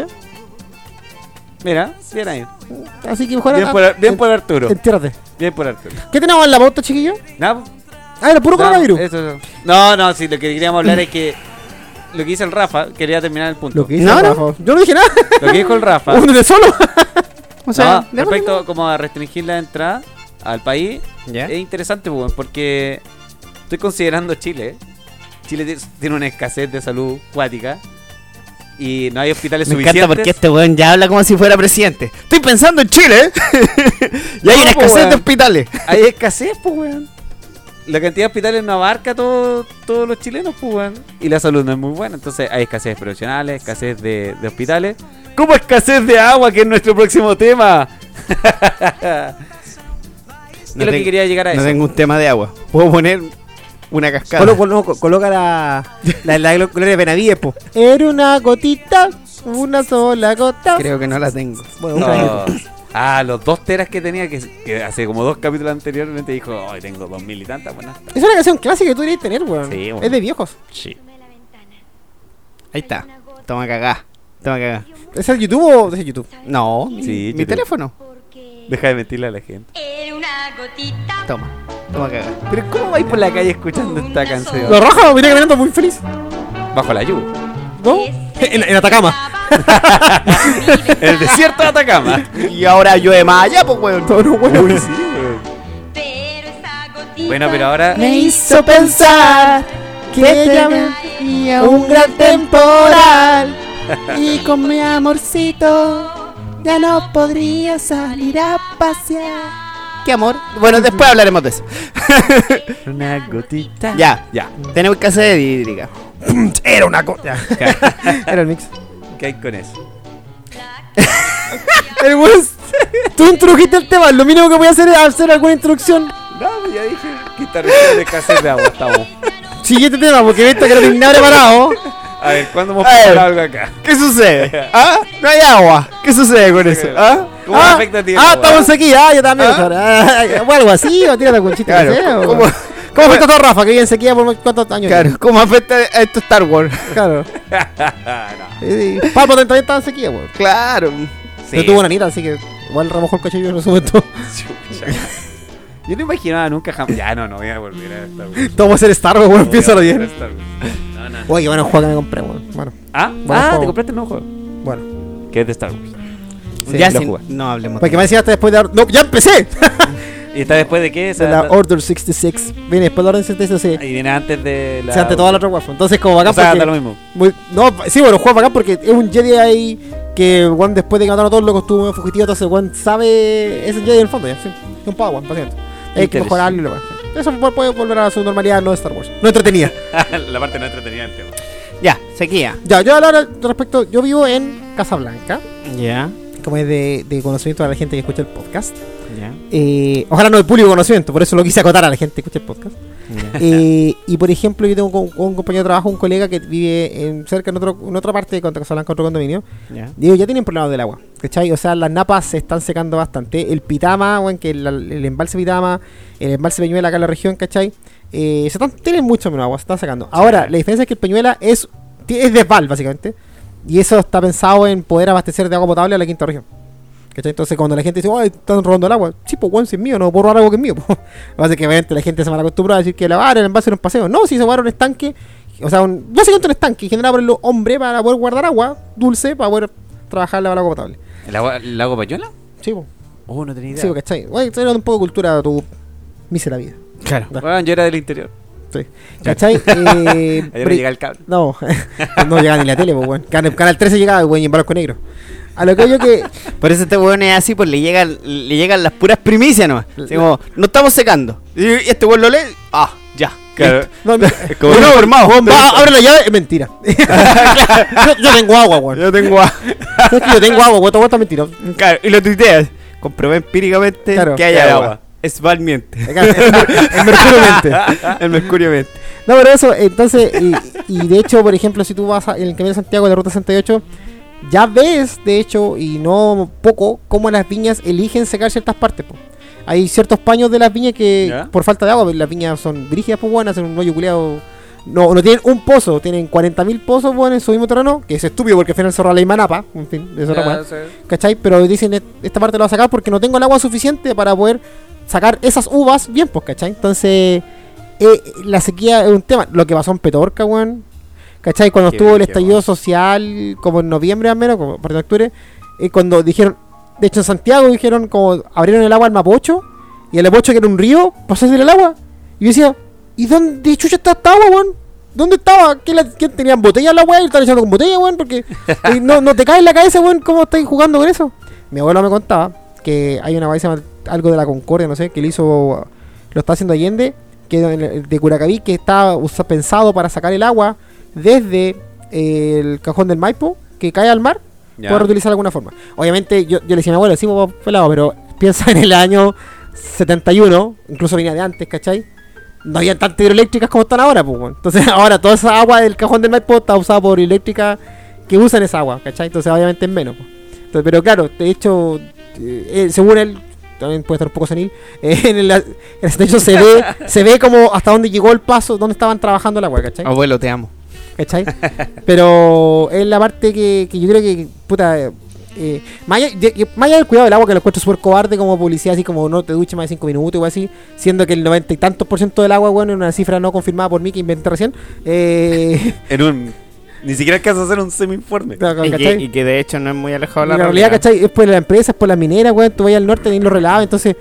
Mira, bien ahí. Así que mejor Bien ah, por, bien en- por Arturo. Entiérrate. Bien por Arturo. ¿Qué tenemos en la bota, chiquillo? Nada, Ah, era puro No, coronavirus. eso- eso. no, no, sí, lo que queríamos hablar es que lo que hizo el Rafa, quería terminar el punto. Lo que hizo No, el no. Rafa. Yo no dije nada. Lo que dijo el Rafa, Uno de solo. O no, respecto como a restringir la entrada al país, es interesante, weón, porque estoy considerando Chile. Chile ti- tiene una escasez de salud cuática y no hay hospitales Me suficientes. encanta porque este weón ya habla como si fuera presidente. Estoy pensando en Chile. ¿eh? y hay No, una po, escasez de weón. hospitales. Hay escasez, pues, weón. La cantidad de hospitales no abarca todo- todos los chilenos, pues, weón. Y la salud no es muy buena. Entonces hay escasez de profesionales, escasez de, de hospitales. ¿Cómo escasez de agua, que es nuestro próximo tema? es No lo que te- quería llegar a No eso. tengo un tema de agua. Puedo poner una cascada. Colo- colo- colo- coloca la, la, la gloria de Benavides, po. Era una gotita, una sola gota. Creo que no la tengo. Bueno, No. un ratito. Ah, los dos teras que tenía, que, que hace como dos capítulos anteriormente dijo, hoy tengo dos mil y tantas, buenas. Es una canción clásica que tú deberías tener, weón. Sí, weón. Es de viejos. Sí. Ahí está. Toma cagá. Toma cagá. ¿Es el YouTube o es el YouTube? No, Sí, mi, mi yo te- teléfono. Deja de mentirle a la gente. Era una gotita. Toma. Toma cagá. Pero ¿cómo vais por la calle escuchando esta canción? Los rojos venía caminando muy feliz, Bajo la lluvia. ¿no? En, en Atacama. El desierto de Atacama. Y ahora llueve más allá, pues, weón. Todos los huevos. Pero esa gotita. Bueno, pero ahora hizo pensar que ella me tenía un gran temporal y con mi amorcito ya no podría salir a pasear. ¿Qué amor? Bueno, después hablaremos de eso. Una gotita. Ya, Ya. tenemos que hacer hídrica. Era una cosa. Era el mix. ¿Qué hay con eso? El weón, tú introdujiste el tema, lo mínimo que voy a hacer es hacer alguna introducción. No, pues ya dije que está recién de escasez de agua, estamos. Siguiente tema, porque viste que no tenía nada preparado. A ver, ¿cuándo hemos A ver. pasado algo acá? ¿Qué sucede? ¿Ah? No hay agua. ¿Qué sucede con eso? ¿Ah? ¿Cómo ah, afecta a ti? el ah, agua? estamos aquí, ah, yo también. Ah, o algo así, o tírate algún chiste. Claro, no sé, o- ¿cómo- ¿Cómo afecta todo Rafa? Que vive en sequía por cuántos años. Claro, ¿cómo afecta a esto Star Wars? claro. Ah, Eh, sí. Papo 30 estaba en sequía, weón. Claro. no. Yo tuve una nita, así que igual remojó el cachillo en ese momento. Chucha. Yo no imaginaba nunca jamás. Ya no, no voy a volver a Star Wars. Todo va a ser Star Wars, weón. Piénsalo A bien. Star Wars. No, no. Oye, qué bueno juego que me compré, weón. Bueno, Ah, Bueno, ah juego. te compraste un nuevo juego. bueno. Que es de Star Wars. Sí, ya lo sin- jugué. No hablemos. Porque me decía hasta después de. Or- ¡No! ¡Ya empecé! ¿Y está después de qué? O sea, la está- Order 66. Viene después de la Orden 66, sí. Y viene antes de la. O sea, ante toda la otra guapo. Entonces, como bacán O sea, porque- da lo mismo. Muy- no, sí, bueno, juega bacán porque es un Jedi ahí que el weón después de que mataron a todos los estuvo medio fugitivo, entonces el weón sabe. Es un Jedi en el fondo, ya, sí. Es un Padawan, paciente. Hay que Interesante. mejorarlo y lo más. Eso puede- puede volver a su normalidad no de Star Wars. No entretenida. la parte no entretenida del tema. Ya, sequía. Ya, yo ahora respecto. Yo vivo en Casablanca, Ya, como es de, de conocimiento de la gente que escucha el podcast. ya. Eh, ojalá no de público conocimiento, por eso lo quise acotar a la gente que escucha el podcast. Eh, y por ejemplo, yo tengo un, un compañero de trabajo, un colega que vive en, cerca en, otro, en otra parte de Contra Casablanca, otro condominio. ya. Digo, ya tienen problemas del agua, ¿cachai? O sea, las napas se están secando bastante. El Pitama, bueno, que el, el embalse Pitama, el embalse Peñuela acá en la región, ¿cachai? Eh, se están, tienen mucho menos agua, se están sacando. Ahora, la diferencia es que el Peñuela es, ti- es desval, básicamente. Y eso está pensado en poder abastecer de agua potable a la quinta región. ¿Cachai? Entonces cuando la gente dice, ¡ay, están robando el agua! Sí, pues, weón, si es mío, no puedo robar algo que es mío. Pues. Pasa que obviamente la gente se mal acostumbra a decir que lavar el envase era un paseo. No, si se guarda un estanque, o sea, un, básicamente un estanque generado por el hombre para poder guardar agua dulce, para poder trabajar la agua potable. ¿El agua, el agua payola? Sí, pues. Oh, no tenía idea. Sí, pues, ¿cachai? Oye, estoy hablando un poco de cultura a tu mísera vida. Claro. Bueno, yo era del interior. Sí. ¿Cachai? Eh, Ayer bre- me llega el cable. No, no llegaba ni la tele, pues, weón. Canal, Canal 13 llegaba, weón, y en Barco Negro. A lo que yo que. Por eso este weón es así, pues le llegan, le llegan las puras primicias nomás. Así como, no estamos secando. Y y este weón lo lee, ah, ya. Claro. No, no, como- No, no, hermano. Weón, va, abre la llave, es mentira. yo, yo tengo agua, weón. Yo tengo a... ¿Sabes que yo tengo agua, weón? Todo está mentira. Claro, y lo tuiteas. Comprobé empíricamente Claro. que hay agua. agua. Es valmiente. El mercurio mente. El mercurio mente. No, pero eso, entonces, y, y de hecho, por ejemplo, si tú vas a- en el Camino de Santiago de la Ruta 68, ya ves, de hecho, y no poco, cómo las viñas eligen secar ciertas partes. po. Hay ciertos paños de las viñas que, ¿Ya? por falta de agua, pues, las viñas son brígidas, pues buenas, hacen un hoyo culeado. No, no tienen un pozo, tienen 40.000 pozos, bueno, en su mismo terreno, que es estúpido porque al final cerró la Imanapa, en fin, es otra Ya, weá. sí. ¿cachai? Pero dicen, "Et- esta parte la voy a sacar porque no tengo el agua suficiente para poder sacar esas uvas bien, pues, ¿cachai? Entonces, eh, la sequía es un tema. Lo que pasó en Petorca, weón, ¿cachai? Cuando Qué estuvo el brillo, estallido weón. social, como en noviembre al menos, como a partir de octubre, eh, cuando dijeron, de hecho en Santiago dijeron, como abrieron el agua al Mapocho, y el Mapocho que era un río, pasó a ser el agua. Y yo decía, ¿y dónde chucha está esta agua, weón? ¿Dónde estaba? ¿Quién, la, quién tenían botellas la weá? Y están echando con botella, weón, porque eh, no, no te cae en la cabeza, weón, cómo estáis jugando con eso. Mi abuelo me contaba que hay una weá que se llama algo de la Concordia, no sé, que le hizo, lo está haciendo Allende, que de- de Curacaví, que está usa- pensado para sacar el agua desde eh, el cajón del Maipo, que cae al mar, Ya. poder utilizar de alguna forma. Obviamente, yo, yo le decía a mi abuelo, sí, vos, pelado, pero piensa en el año 71, incluso venía de antes, ¿cachai? No había tantas hidroeléctricas como están ahora, pues, weón. Entonces, ahora toda esa agua del cajón del Maipo está usada por eléctricas que usan esa agua, ¿cachai? Entonces, obviamente es menos, pues. Entonces, pero claro, de hecho, eh, eh, según él, también puede estar un poco senil, eh, en el, en el 78 se ve, se ve como hasta dónde llegó el paso, dónde estaban trabajando el agua, ¿cachai? Abuelo, te amo. ¿Cachai? Pero es la parte que, que yo creo que, puta, eh, eh, más allá de- que- más allá del cuidado del agua, que lo encuentro súper cobarde como policía, así como no te duches más de 5 minutos o así, siendo que el 90 y tantos por ciento del agua, bueno, es una cifra no confirmada por mí que inventé recién. Eh, En un. Ni siquiera alcanzas a hacer un semi-informe. Y ¿cachai? que, y que de hecho no es muy alejado de la realidad, ¿eh? ¿cachai? Es por las empresas, por las mineras, weón. Tú vas al norte, tenés los relaves. Entonces,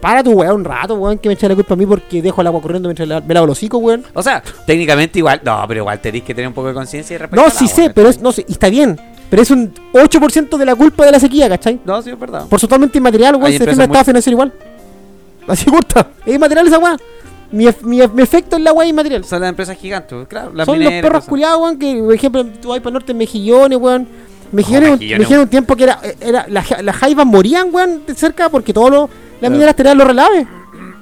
para tu weón un rato, weón, que me echa la culpa a mí porque dejo el agua corriendo mientras la- me lavo los hocico, weón. O sea, técnicamente igual. No, pero igual tenés que tener un poco de conciencia y respeto. No, al sí agua, sé, ¿cachai? pero es, no sé, y está bien. Pero es un 8% de la culpa de la sequía, ¿cachai? No, sí, es verdad. Por su totalmente inmaterial, Hay weón, se empresas firma el muy- estado financiero igual. Así corta. Es inmaterial esa weá. Mi, ef- mi, ef- mi efecto en la weá es inmaterial. Son las empresas gigantes, claro. Las Son los mineras, perros cosas. culiados, weón, que por ejemplo tú vas para el norte en Mejillones, weón. Mejillones, Oh, un- Mejillones. Mejillones un tiempo que era, era las ja- las jaivas morían, weón, de cerca porque todos los, las mineras tenían los relaves.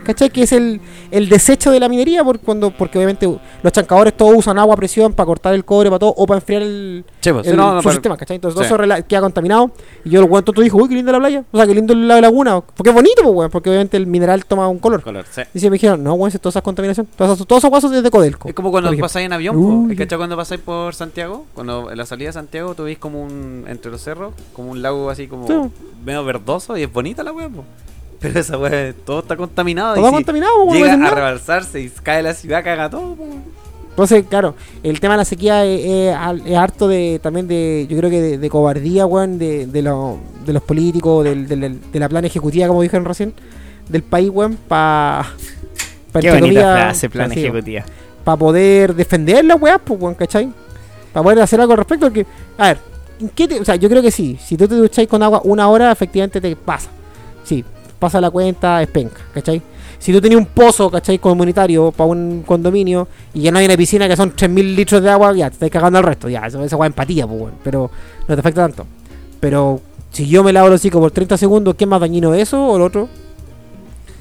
¿Cachai? Que es el, el desecho de la minería, por cuando, porque obviamente los chancadores todos usan agua a presión para cortar el cobre, para todo, o para enfriar el, Che, pues, el, sí, no, no, su para- sistema, ¿cachai? Entonces todo Sí. eso rela- queda contaminado. Y yo el weón todo dijo, uy, qué linda la playa. O sea, qué lindo el lado de laguna. Porque es bonito, pues, weón, porque obviamente el mineral toma un color. Color, sí. Y se me dijeron, no, weón, si todas esas contaminación, todas esas- todos esos guasos desde Codelco. Es como cuando por ejemplo. pasáis en avión, Uy. po. ¿Cachai? Cuando pasáis por Santiago, cuando en la salida de Santiago, tú veis como un. entre los cerros, como un lago así como. Sí. medio verdoso y es bonita la wea, po. Pero esa wea, todo está contaminado. Todo y si contaminado, po, weón, no Llega hacen a nada. rebalsarse y cae la ciudad, caga todo, po. Entonces, claro, el tema de la sequía es, es al- es harto de también de, yo creo que de, de cobardía, weón, de, de, lo- de los políticos, del, del- del- de la plan ejecutiva, como dijeron recién, del país, weón, para... Qué bonita frase, plan ejecutiva. Para poder defender las weas, pues, weón, ¿cachai? Para poder hacer algo al respecto, porque, a ver, ¿en qué te- o sea, yo creo que sí, si tú te ducháis con agua una hora, efectivamente te pasa. Sí, pasa la cuenta, es penca, ¿cachai? Si tú tenías un pozo, ¿cachai? Comunitario para un condominio y ya no hay una piscina que son 3.000 litros de agua, ya te estás cagando al resto, ya, eso, esa weá es empatía, pues, weón, pero no te afecta tanto. Pero si yo me lavo los hocico por 30 segundos, ¿qué es más dañino eso o lo otro?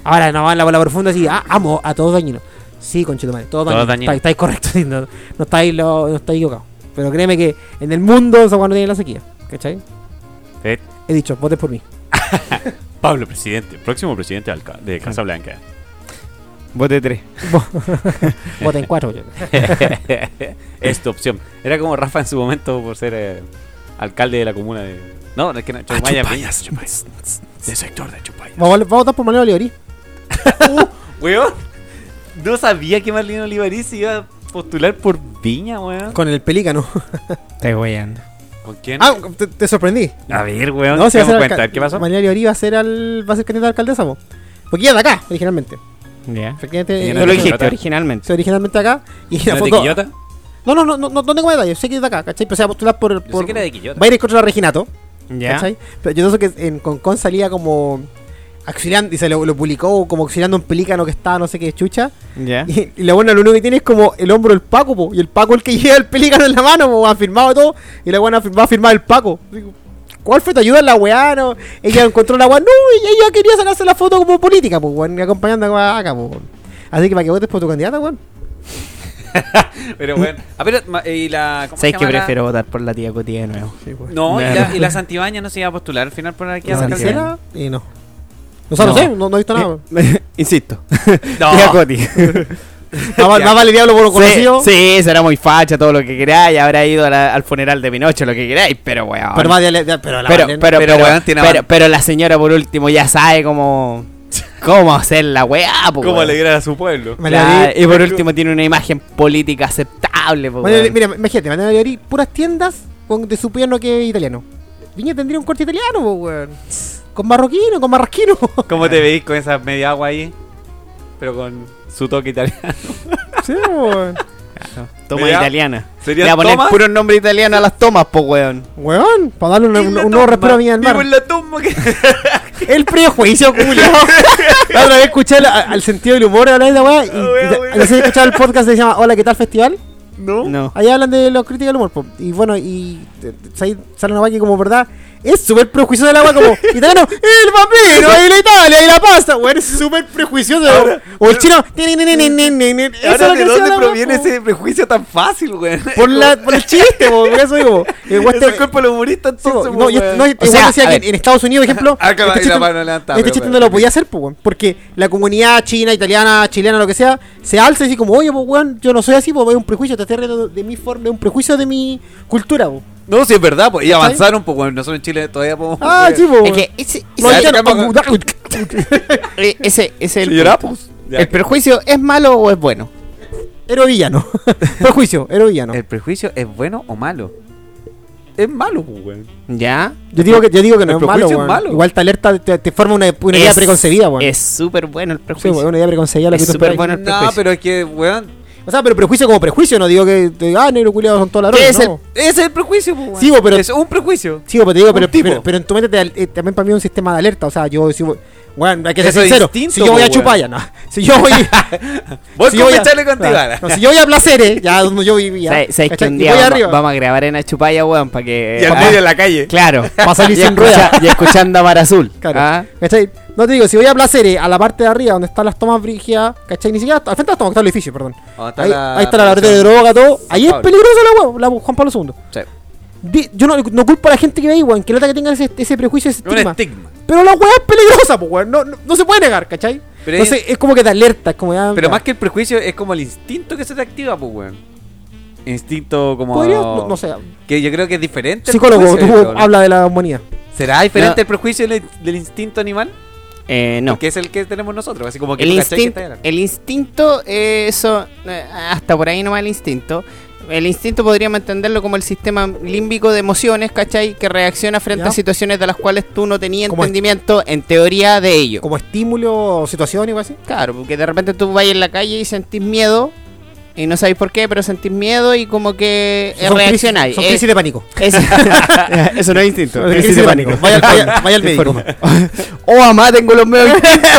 Ahora, no, en la bola profunda, sí, ah, amo a todos dañinos. Sí, conchito madre, todos Todos dañinos. dañinos. Estáis, estáis correctos, sí, no, no estáis lo- no estáis equivocados. Pero créeme que en el mundo esa weá no tiene la sequía, ¿cachai? Sí. He dicho, voten por mí. Pablo, presidente, próximo presidente de Casablanca. Bote 3. Voten cuatro. yo. es tu opción. Era como Rafa en su momento por ser eh, alcalde de la comuna de. No, es que no, Chumaya Del sector de Chupayas. Vamos, a- vamos a votar por Manuel Olivarí. Weón, no sabía que Marlene Olivarí se iba a postular por Viña, weón. Con el pelícano. Estoy weyando. ¿Con quién? Ah, te, te sorprendí. a ver, weón. No, No, se se va a damos ser cuenta. alcal- ¿Qué pasó? Manuel Olivarí va a ser, al, va a ser candidato a alcaldesa, po. Porque ya de acá, originalmente. Ya. Efectivamente, Y eh, no Tú lo dijiste dijiste originalmente. sí, originalmente acá. Y ¿No la es de foto- Quillota? No, no, no, no, no no tengo más detalles. Sé que es de acá, ¿cachai? Pero se va a postular por. Yo por- sé que era de Quillota. Va a ir en contra de Reginato. Ya. ¿Cachai? Pero yo pienso que en Concon salía como auxiliando, y se lo, lo publicó como auxiliando a un pelícano que estaba no sé qué chucha. Ya. Y, y la buena lo único que tiene es como el hombro del Paco, po, y el Paco el que lleva el pelícano en la mano, po, ha firmado todo, y la buena va a firmar el Paco. Digo, ¿Cuál fue tu ayuda en la weá? No, ella encontró la weá, no, y ella quería sacarse la foto como política, pues, weón, acompañando a acá, po. Así que para que votes por tu candidata, weón. Pero bueno. A ver, ma- ¿y la. ¿cómo se ¿Sabes que llama la- prefiero votar por la tía Cotilla de nuevo? No, y Nah. la, y la Santibáñez no se iba a postular al final por aquí a La la Santibáñez. alcaldía? ¿Cancela? Y Eh, no. O sea, no, No. Eh, sé, no, no he visto nada. Insisto. No. Tía Coti. Más, val- más vale diablo por lo conocido, Sí, sí, será muy facha, todo lo que queráis. Habrá ido a la- al funeral de Pinocho, lo que queráis, pero weón. pero más diablo- diablo- pero la pero, Marlene- pero, Pero, pero- weón, tiene pero- aval- pero la señora por último ya sabe cómo, cómo hacer la weá, po, ¿Cómo weón. alegrar a su pueblo? Manuel Claro, y por último tiene una imagen política aceptable, po, Manuel- Pues, weón. mira, imagínate, Manuel Olivari, puras tiendas con, de su piano que es italiano. Viña tendría un corte italiano, po, weón. Con marroquino, con marrasquino. ¿Cómo te veis con esa media agua ahí? Pero con su toque italiano. sí, pues, weón. Toma mira, italiana. Le ¿Sería voy a poner Tomás? puro nombre italiano a las tomas, po, weón. Weón, para darle un, un- un nuevo respiro a Viña del Mar. Vivo en la tumba que... El prejuicio, Julio. la otra vez escuché la- al sentido del humor de la weá. Y, Weón, y- weón. no sé si escuchaba el podcast que se llama Hola, ¿qué tal festival? No. No. Ahí hablan de los críticos del humor, po. Y bueno, y eh, ahí sale una weá que como verdad es súper prejuiciosa la weá, como italiano, el vampiro, y la Italia, y la pasta, weón, es súper prejuicioso. o el chino, "Ni, ni, ni, ni, ni, ni, ni". Esa es la Ahora, ¿de canción de dónde la weá, proviene po. ese prejuicio tan fácil, güey? Por, la, por el chiste, po, por eso digo. El Es western- el cuerpo del humorista, sí, po, entonces, no, y- güey. no, y- O igual sea, decía a que ver. en Estados Unidos, por ejemplo, Ah, claro, este y chiste, la mano levantada, este pero, chiste pero, no lo pero. podía hacer, po, weón, porque la comunidad china, italiana, chilena, lo que sea, se alza y dice como, oye, po, weón, yo no soy así, po, es un prejuicio, te estoy riendo de mi forma, es un prejuicio de mi cultura, po. No, sí, es verdad, pues. Y avanzaron, pues, güey. Nosotros en Chile todavía podemos... Ah, sí, po, Es weón. que ese, Lo Ya, ese- dijeron, cambiamos- "Agudac". eh, ese- ese es el Y llorá, punto. pues. Ya, ¿El que- perjuicio es malo o es bueno? Héroe villano. Prejuicio, héroe villano. ¿El prejuicio es bueno o malo? Es malo, pues, güey. ¿Ya? Yo digo que, yo digo que el no es malo, prejuicio es weón. malo. Igual te alerta, te, te forma una, una idea Es- preconcebida, weón. Es súper bueno el Sí, perjuicio. weón, una idea preconcebida lo es que tú súper esperas. bueno el No, prejuicio. pero es que, weón. O sea, pero prejuicio como prejuicio, no digo que te diga, ah, negro culiado son todos ¿Qué ladrones. es no. Ese es el prejuicio, pues, güey. Sí, bo, pero- Es un prejuicio. Sí, bo, pero te digo, Un pero, tipo. pero, pero en tu mente te al- eh, también para mí es un sistema de alerta. O sea, yo, si, voy- bueno, hay que ser Eso es pues, sincero. instinto, si yo voy bo, a Chupaya, no. Si yo voy, Voy si con a- echarle contigo. Claro. No, si yo voy a Placeres, ya donde yo vivía. ¿Sabes, sabes que ¿cachai? un Y día voy vamos, arriba. vamos a grabar en Achupaya, weón, para que... Y al pa- medio de la calle. Claro. Pa' salir y sin escucha- rueda. Y escuchando a Mar Azul. Claro. ¿ah? ¿Cachai? No te digo, si voy a Placeres, a la parte de arriba donde están las tomas brígidas, ¿cachai? Ni siquiera al frente de las tomas, que está el edificio, perdón. Donde Oh, está Ahí, la ahí está la barrera de prisión. droga, todo. Ahí es Pablo. peligrosa la hueá, la Juan Pablo II. Sí. Di- yo no, no culpo a la gente que ve ahí, weón, que nota que tenga ese, ese prejuicio, ese Un estigma. estigma. Pero la weá es peligrosa, pues, weón. No, no, no se puede negar, ¿cachai? Pero Entonces es como que te alerta, es como ya. Pero ya. más que el prejuicio es como el instinto que se te activa, pues, weón. Instinto como... Podría, no, no sé. Que yo creo que es diferente. el Psicólogo, tú prejuicio, weón. habla de la humanidad. ¿Será diferente No. el prejuicio del, del instinto animal? Eh, no. Que es el que tenemos nosotros. Así como que El tú cachai que instinto, está ahí. el instinto, eh, eso, eh, hasta por ahí nomás el instinto. El instinto podríamos entenderlo como el sistema límbico de emociones, ¿cachai? Que reacciona frente Ya. a situaciones de las cuales tú no tenías Como- entendimiento en teoría de ello. Como estímulo o situación, igual así. Claro, porque de repente tú vas en la calle y sentís miedo, y no sabéis por qué, pero sentís miedo y como que eh, crisis- reaccionáis. Son Eh, crisis de pánico. es- eso no es instinto. Son crisis de pánico. Vaya, vaya, vaya al Te médico. informa. ¡Oh, mamá, tengo los medios instintos!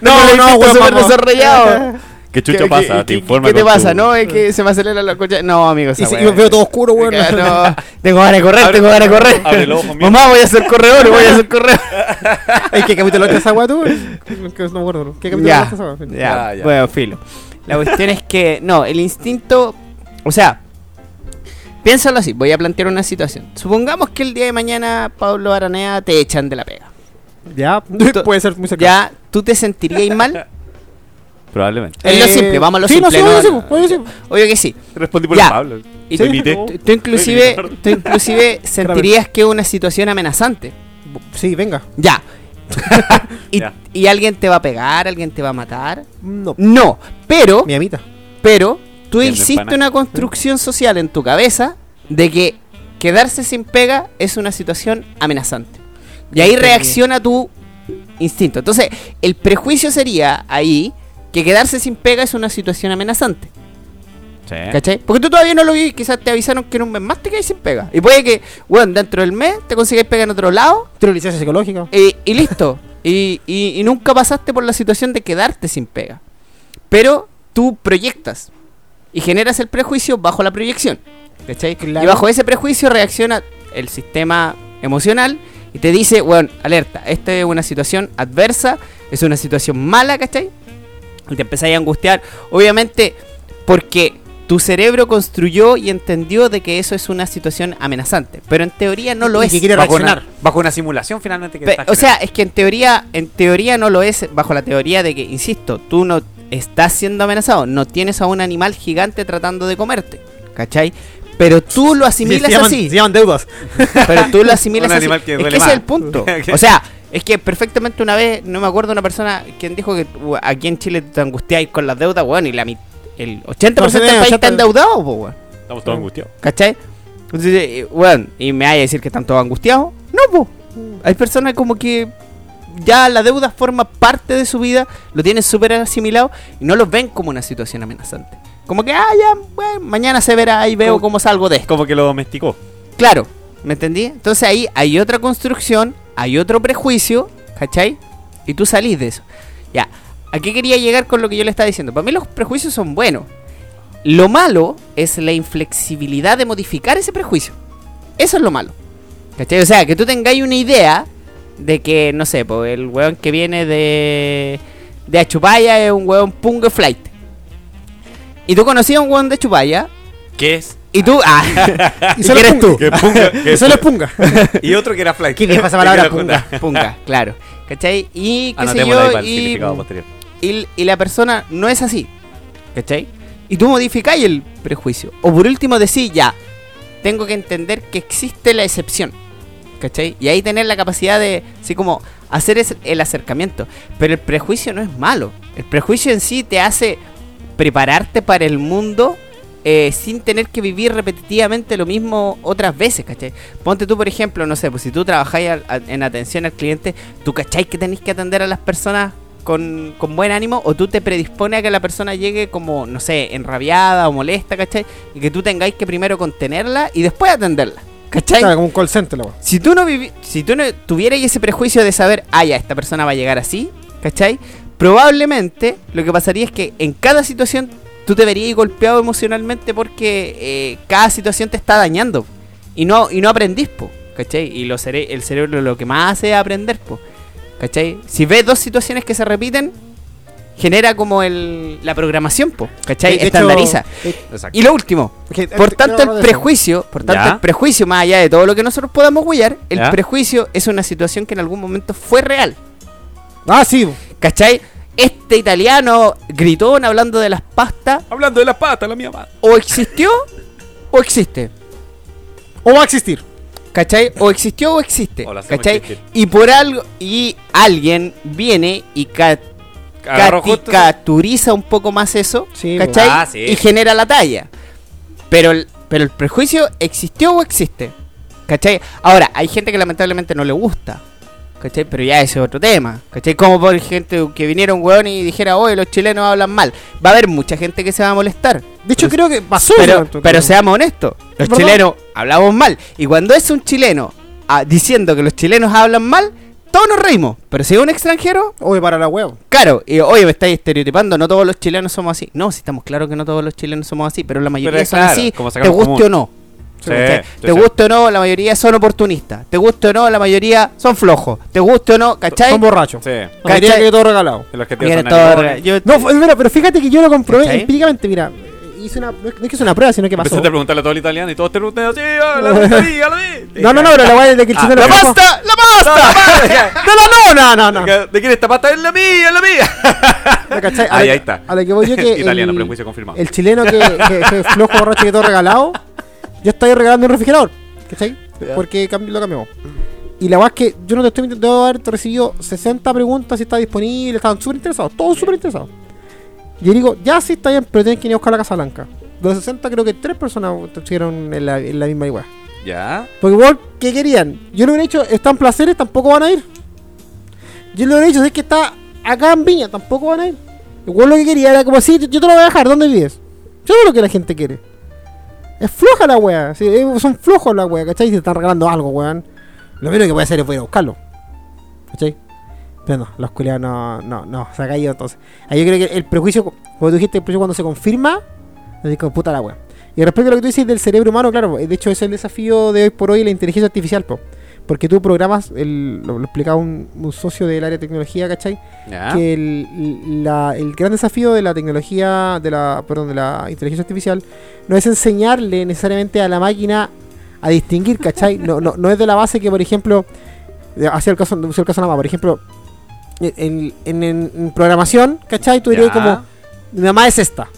No, no, no, no, weón, súper mamá. desarrollado. ¿Qué ¿Qué- qué- qué- ¿Qué te pasa? No, es que se me acelera la coche. No, amigo, Y, esa se- y weá. veo todo oscuro, weón. Ah, no. Tengo ganas de correr, Abre- tengo ganas de correr. abre el ojo, mira. Mamá, voy a ser corredor, voy a ser corredor. Ay, ¿Qué capítulo es esa weá tú? Que No me acuerdo, ¿no? ¿Qué capítulo ya, es esa weá? ya, Ah, ya. bueno, filo. La cuestión es que, no, el instinto. O sea, piénsalo así, voy a plantear una situación. Supongamos que el día de mañana Pablo Aranea te echan de la pega. Ya, puede ser muy cercano. ¿Ya tú te sentirías mal? Probablemente. Es lo Eh, simple, vamos a lo sí, simple. Sí, no- no, sí, obvio que sí. Obvio que sí. Respondí por por Ya. el Pablo. Y Te tú- imité. tú- tú inclusive, tú inclusive sentirías que es una situación amenazante. Sí, venga. Ya. y, Ya. y alguien te va a pegar, alguien te va a matar. No. No, pero, Mi amita. pero tú Bien, hiciste empana. una construcción social en tu cabeza de que quedarse sin pega es una situación amenazante. Y ahí Entendí. reacciona tu instinto. Entonces, el prejuicio sería ahí que quedarse sin pega es una situación amenazante. Sí. ¿Cachai? Porque tú todavía no lo vi, quizás te avisaron que en un mes más te quedas sin pega. Y puede que, bueno, dentro del mes te consigáis pega en otro lado Tiene licencia psicológica. y, y listo. y, y- y nunca pasaste por la situación de quedarte sin pega. Pero tú proyectas y generas el prejuicio bajo la proyección. ¿Cachai? Claro. Y bajo ese prejuicio reacciona el sistema emocional y te dice, bueno, alerta, esta es una situación adversa, es una situación mala, ¿cachai? Y te empezáis a angustiar, obviamente, porque tu cerebro construyó y entendió de que eso es una situación amenazante, pero en teoría no lo Y es. que quiere Bajo una, reaccionar. bajo una simulación finalmente que Pe- estás o sea, generando. es que en teoría, en teoría no lo es, bajo la teoría de que, insisto, tú no estás siendo amenazado, no tienes a un animal gigante tratando de comerte, ¿cachai? Pero tú lo asimilas se llaman, así, Se llaman deudas. pero tú lo asimilas Un así. animal que es que duele ese es más. el punto. O sea, es que perfectamente una vez, no me acuerdo una persona quien dijo que u- aquí en Chile te angustiáis con las deudas, weón, y la, mi- el 80% del No, sí, país 80. está endeudado, po, weón. Estamos todos angustiados. ¿Cachai? Entonces, eh, weón, y me vaya a decir que están todos angustiados. No, po. Hay personas como que ya la deuda forma parte de su vida, lo tienen súper asimilado y no los ven como una situación amenazante. Como que, ah, ya, bueno, mañana se verá y veo Como- cómo salgo de esto. Como que lo domesticó. Claro, ¿me entendí? Entonces ahí hay otra construcción, hay otro prejuicio, ¿cachai? Y tú salís de eso. Ya, ¿a qué quería llegar con lo que yo le estaba diciendo? Para mí los prejuicios son buenos. Lo malo es la inflexibilidad de modificar ese prejuicio. Eso es lo malo. ¿Cachai? O sea, que tú tengáis una idea de que, no sé, pues el weón que viene de, de Achupaya es un weón pungo flight. Y tú conocías a un weón de Achupaya ¿Qué es? y tú... Ah, Y solo eres es punga. Que punga, que- este. Y solo es punga. y otro que era fly. Qué vieja esa palabra, Que era punga. junta. Punga, claro. ¿Cachai? Y qué sé Anotémosla ahí yo, para el y, significado posterior. y, y la persona no es así. ¿Cachai? Y tú modificáis el prejuicio. O por último decís, ya, tengo que entender que existe la excepción. ¿Cachai? Y ahí tener la capacidad de, así como, hacer es- el acercamiento. Pero el prejuicio no es malo. El prejuicio en sí te hace prepararte para el mundo eh, sin tener que vivir repetitivamente lo mismo otras veces, ¿cachai? Ponte tú, por ejemplo, no sé, pues si tú trabajáis al- a- en atención al cliente, ¿tú cachai que tenéis que atender a las personas con, con buen ánimo? ¿O tú te predispones a que la persona llegue como, no sé, enrabiada o molesta, ¿cachai? Y que tú tengáis que primero contenerla y después atenderla, ¿cachai? Claro, como un call center, la weá. Si tú no vivi si tú no tuvieras ese prejuicio de saber, ah, ya, esta persona va a llegar así, ¿cachai? Probablemente lo que pasaría es que en cada situación tú te verías golpeado emocionalmente porque eh, cada situación te está dañando y no, y no aprendís, po, ¿cachai? Y lo cere- el cerebro lo que más hace es aprender, po, ¿cachai? Si ves dos situaciones que se repiten, genera como el, la programación, po, ¿cachai? De hecho, Estandariza. eh, Exacto. Y lo último, que- eh, por tanto, Este, no, no, el no, prejuicio, por tanto, Ya. el prejuicio, más allá de todo lo que nosotros podamos huellar, el Ya. prejuicio es una situación que en algún momento fue real. Ah, sí. ¿Cachai? Este italiano gritón hablando de las pastas, Hablando de las patas, la mía madre. o existió o existe. O va a existir. ¿Cachai? O existió o existe. O lo hacemos ¿Cachai? existir. Y por algo, y alguien viene y ca- Agarró cati- justo- caturiza un poco más eso, Sí, ¿cachai? Ah, sí. Y genera la talla. Pero el, pero el prejuicio existió o existe, ¿cachai? Ahora, hay gente que lamentablemente no le gusta, ¿cachai? Pero ya ese es otro tema, ¿cachai? Como por gente que viniera un weón y dijera, oye, los chilenos hablan mal. Va a haber mucha gente que se va a molestar. De hecho, creo que pasó. ese Pero, momento, pero creo. seamos honestos, los ¿Verdad? chilenos hablamos mal. Y cuando es un chileno ah, diciendo que los chilenos hablan mal, todos nos reímos. Pero si es un extranjero, Oye, para la huevo. Claro, y oye, me estáis estereotipando, no todos los chilenos somos así. No, si estamos claros que no todos los chilenos somos así, pero la mayoría Pero es son claro, así, como te sacarlo guste común. o no. Sí, ¿Cachai? sí, te sí. guste o no, la mayoría son oportunistas. Te guste o no, la mayoría son flojos. Te guste o no, ¿cachai? Son borrachos. Sí. La mayoría ¿Cachai? que todo regalado. El objetivo Viene son todo animales. re- yo- No, fue- mira, pero fíjate que yo lo comprobé ¿Cachai? empíricamente, mira. hice una. No es no es que hice una prueba, sino que pasó. Empezaste a preguntarle a todo el italiano y todos te preguntaron, sí, oh, la pizzería, la vi. No, no, no, pero la weá es de que el chino Ah, ¡La lo dijo. pasta! ¡La pasta! ¡No, no, no, no, no! no. ¿De quién esta pasta? ¡Es la mía, es la mía! ¿Me cachai? A Ahí, lo- ahí está. A lo que voy yo que. Italiano, el- prejuicio confirmado. El chileno que, que, que es flojo, borracho que todo regalado. Yo estoy regalando un refrigerador. ¿Cachai? Porque cambi- lo cambiamos. Y la verdad es que yo no te estoy mintiendo. Debo haber recibido 60 preguntas si está disponible. Estaban súper interesados. Todos súper interesados. Y yo digo, ya sí está bien, pero tienes que ir a buscar la Casa Blanca. De los 60 creo que tres personas estuvieron en la, en la misma igual. ¿Ya? Porque igual, ¿qué querían? Yo lo hubiera hecho, están placeres, tampoco van a ir. Yo lo hubiera hecho, es que está acá en Viña, tampoco van a ir. Igual lo que quería era como, sí, yo yo te lo voy a dejar, ¿dónde vives? Yo sé lo que la gente quiere. Es floja la wea, sí, eh, son flojos la wea, ¿cachai? Se están regalando algo, weón. Lo menos que voy a hacer es voy a ir a buscarlo. ¿Cachai? Pero no, los culiados no, no, no, se ha caído entonces. Ahí yo creo que el prejuicio, como tú dijiste, el prejuicio cuando se confirma, así como puta la wea. Y respecto a lo que tú dices del cerebro humano, claro, de hecho ese es el desafío de hoy por hoy la inteligencia artificial, po. Porque tú programas, el- lo, lo explicaba un, un socio del área de tecnología, ¿cachai? ¿Ya? Que el, la- el gran desafío de la tecnología, de la, perdón, de la inteligencia artificial, no es enseñarle necesariamente a la máquina a distinguir, ¿cachai? No, no, no es de la base que, por ejemplo, eh, hacía el caso, usé el caso nada más, por ejemplo, en, en- en- en programación, ¿cachai? Tú dirías Ya. como, mi mamá es esta.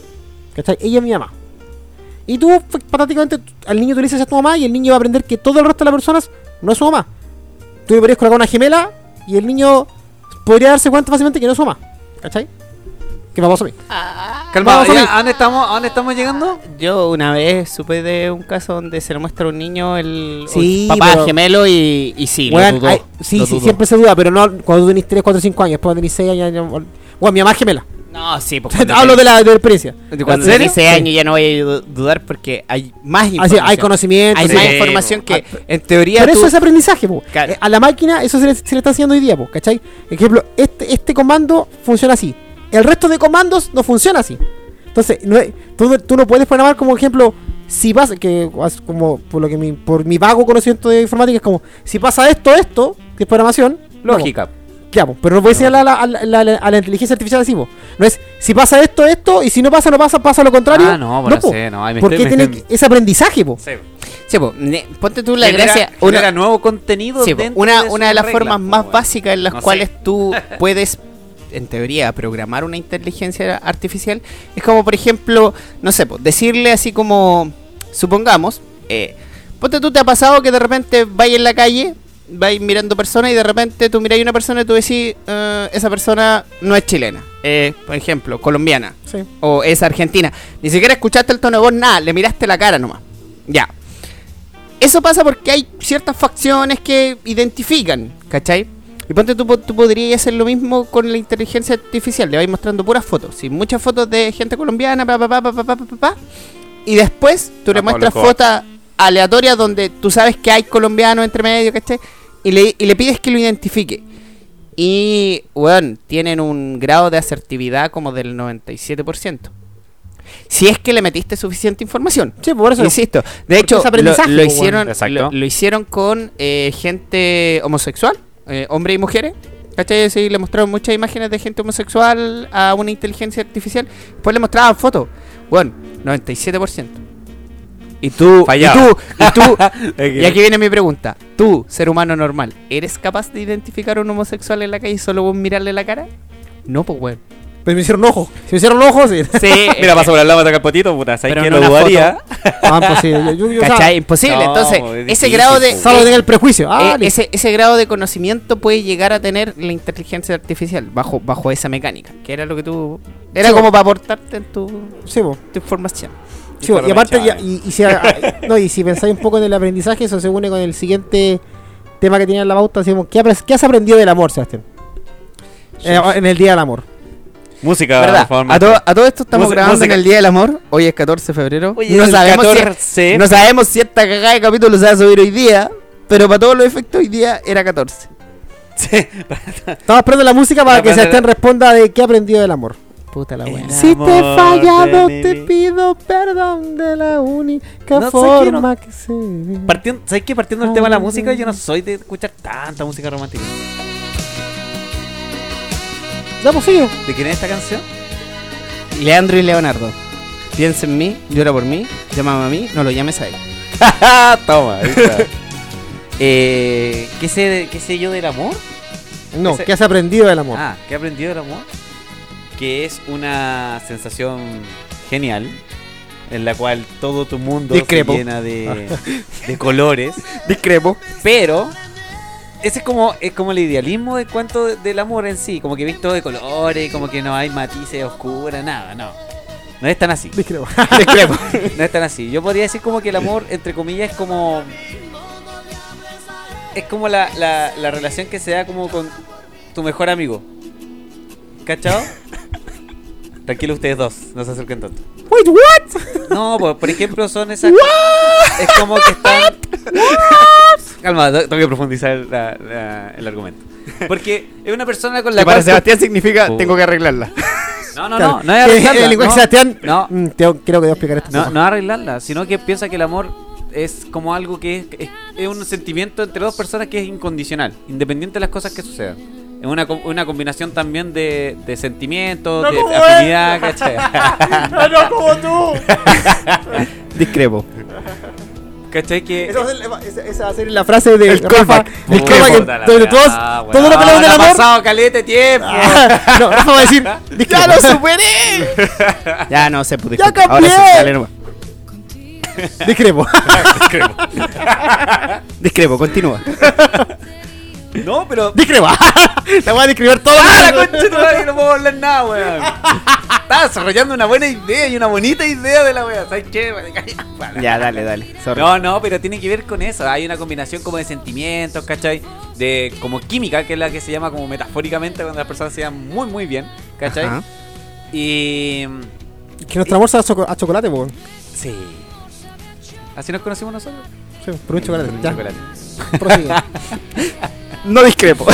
¿Cachai? Ella es mi mamá. Y tú, pues, prácticamente, tú- al niño tú le dices "Esa es tu mamá y el niño va a aprender que todo el resto de las personas no es su mamá. Tú le podrías colocar una gemela y el niño podría darse cuenta fácilmente que no es su mamá. ¿Cachai? Que me pasó a mí. Calma, Vamos a ya, mí. ¿a dónde estamos, a dónde estamos llegando? Yo una vez supe de un caso donde se le muestra a un niño el Sí, el papá pero- gemelo y, y sí, Weón, lo dudó, hay- sí, lo sí, dudó. siempre se duda, pero no cuando tú tenés 3, 4, 5 años, después tenés 6 años. ya- Bueno, mi mamá es gemela. No, sí, porque cuando Hablo tenés- de la, de la experiencia. Cuando ¿En tenés serio? ese Sí. año ya no voy a du- dudar porque hay más Así, información. hay conocimiento. Hay sí. más Sí, información que Ah, en teoría Pero tú- eso es aprendizaje, po. Claro. Eh, A la máquina eso se le, se le está enseñando hoy día, po, ¿cachai? Ejemplo, este, este comando funciona así. El resto de comandos no funciona así. Entonces, no es- tú, tú no puedes programar como ejemplo, si pasa, que as- como por lo que mi, por mi vago conocimiento de informática es como, si pasa esto, esto, que es programación, no, po. lógica. Ya, po, pero no puedes señalar a la, a la- a la- a la inteligencia artificial así, po. No es, si pasa esto, esto, y si no pasa, no pasa, pasa lo contrario. Ah, no, bueno, po. sé, no, ahí me Porque estoy- me tiene estoy- que- es aprendizaje, po. Sí. Sí, po, ne- ponte tú la Genera- gracia. genera una- nuevo contenido Sí, po, dentro una, sus una de las reglas, formas po, más weón. básicas en las No sé. cuales tú puedes, en teoría, programar una inteligencia artificial es como, por ejemplo, no sé, po, decirle así como, supongamos, eh, ponte tú te ha pasado que de repente vais en la calle, vais mirando personas y de repente tú miráis una persona y tú decís, "Eh, esa persona no es chilena, eh, por ejemplo, colombiana Sí. o es argentina. Ni siquiera escuchaste el tono de voz, nada, le miraste la cara nomás. Ya. Eso pasa porque hay ciertas facciones que identifican, ¿cachai? Y ponte tú, po- tú podrías hacer lo mismo con la inteligencia artificial, le vais mostrando puras fotos, sí, muchas fotos de gente colombiana, pa, pa, pa, pa, pa, pa, pa, pa. y después tú le A Pablo muestras Escobar. fotos aleatorias donde tú sabes que hay colombianos entre medio, ¿cachai? Y le, y le pides que lo identifique. Y, weón, tienen un grado de asertividad como del 97%. Si es que le metiste suficiente información. Sí, por eso. Insisto. De hecho, es lo, aprendizaje, lo po, hicieron, weón. Exacto. lo, lo hicieron con eh, gente homosexual, eh, hombres y mujeres. ¿Cachai? Sí, le mostraron muchas imágenes de gente homosexual a una inteligencia artificial. Después le mostraban fotos. Bueno, 97%. Y tú, Fallado. y tú, y tú, Es que- y aquí viene mi pregunta. Tú, ser humano normal, ¿eres capaz de identificar a un homosexual en la calle solo con mirarle la cara? No, pues, weón. Pero me hicieron ojos. Si me hicieron ojos, sí. Sí, Mira, pasa por al lado, me toca el potito, puta. ¿Sabes Pero que en no una dudaría? Ah, pues sí, yo- yo- yo- ¿Cachai? Imposible. No, Entonces, es ese difícil, grado de. po. Salvo tenga el prejuicio. Ah, eh, listo. ese, ese grado de conocimiento puede llegar a tener la inteligencia artificial bajo, bajo esa mecánica, que era lo que tú... Era Sí, como para aportarte en tu, Sí, po. tu información. Sí, po. Pero y aparte, ya- cachai. y, y si, ah, no, y si pensáis un poco en el aprendizaje, eso se une con el siguiente tema que tenía en la pauta. Decimos, ¿qué, apre- qué has aprendido del amor, Sebastián? Eh, en el Día del Amor. Música, ¿Verdad? por favor. a, maestro. todo- a todo esto estamos Música- grabando música. en el Día del Amor. Hoy es 14 de febrero. Oye, no, el sabemos Si, 14. no sabemos si esta cagada de capítulo se va a subir hoy día, pero para todos los efectos hoy día era 14. Sí. Estamos esperando la música para Ya, que pero- Sebastián responda de qué ha aprendido del amor. Puta la buena. buena. Si te he amor fallado, de mi te vida. pido perdón de la única No sé forma que se. ve. Partiendo, ¿Sabes qué? Partiendo del tema de la música, yo no soy de escuchar tanta música romántica. Ya, pues, sigue. ¿De quién es esta canción? Leandro y Leonardo. Piensa en mí, llora por mí, llámame a mí, no lo llames a él. Ah, Toma, ahí está. Eh, ¿qué, sé, de- ¿Qué sé yo del amor? No, Ese- ¿qué has aprendido del amor? Ah, ¿qué he aprendido del amor? Que es una sensación genial en la cual todo tu mundo Discrepo. Ah. se llena de, de colores, Discrepo. pero ese es como es como el idealismo de cuanto de- del amor en sí, como que ves todo de colores, como que no hay matices oscuros, nada, no. No es tan así. Discrepo. No es tan así. Yo podría decir como que el amor, entre comillas, es como. Es como la, la, la relación que se da como con tu mejor amigo. ¿Cachao? Tranquilo ustedes dos, no se acerquen tanto. Wait, what? No, por, por ejemplo, son esas. Es como que están. Calma, tengo que profundizar la- la- el argumento. Porque es una persona con la Que para cual. tú- Sebastián significa Oh. tengo que arreglarla. No, no, Claro. no, no es Que arreglarla, El lenguaje no. Sebastián. No. Mm, tengo- creo que debo explicar esto. No, no arreglarla, sino que piensa que el amor es como algo que es, es- es un sentimiento entre dos personas que es incondicional, independiente de las cosas que sucedan. Es una, co- una combinación también de, de sentimientos, de afinidad, ¿cachai? Discrepo. ¿Cachai? Que Esa va a ser- esa- esa va a ser la frase de El Rafa. callback. El Puta callback la que- donde weá, todos, weá. todos los pelean del Ha amor. pasado caleta de tiempo. Ah, No, Rafa va a decir. ¡Ya discrepo. lo superé! ya no sé, pues ¡Ya disculpa. Ahora sí, cambié! dale nomás. Discrepo. Discrepo, continúa. No, pero. Discrepo. La voy a describir todo. ¡Ah, la concha de tu madre! No puedo hablar nada, weón. Estaba desarrollando una buena idea y una bonita idea de la weá. ¿Sabes qué? Vale, calla. Vale. ya, dale, dale. Sorry. No, no, pero tiene que ver con eso. Hay una combinación como de sentimientos, ¿cachai? De como química, que es la que se llama como metafóricamente cuando las personas se llevan muy, muy bien, ¿cachai? Ajá. Y. mm, Que nuestra bolsa a, choco- a chocolate, po. Sí. Así nos conocimos nosotros. Sí, por un chocolate. Un Ya, chocolate. prosigue. No discrepo. Te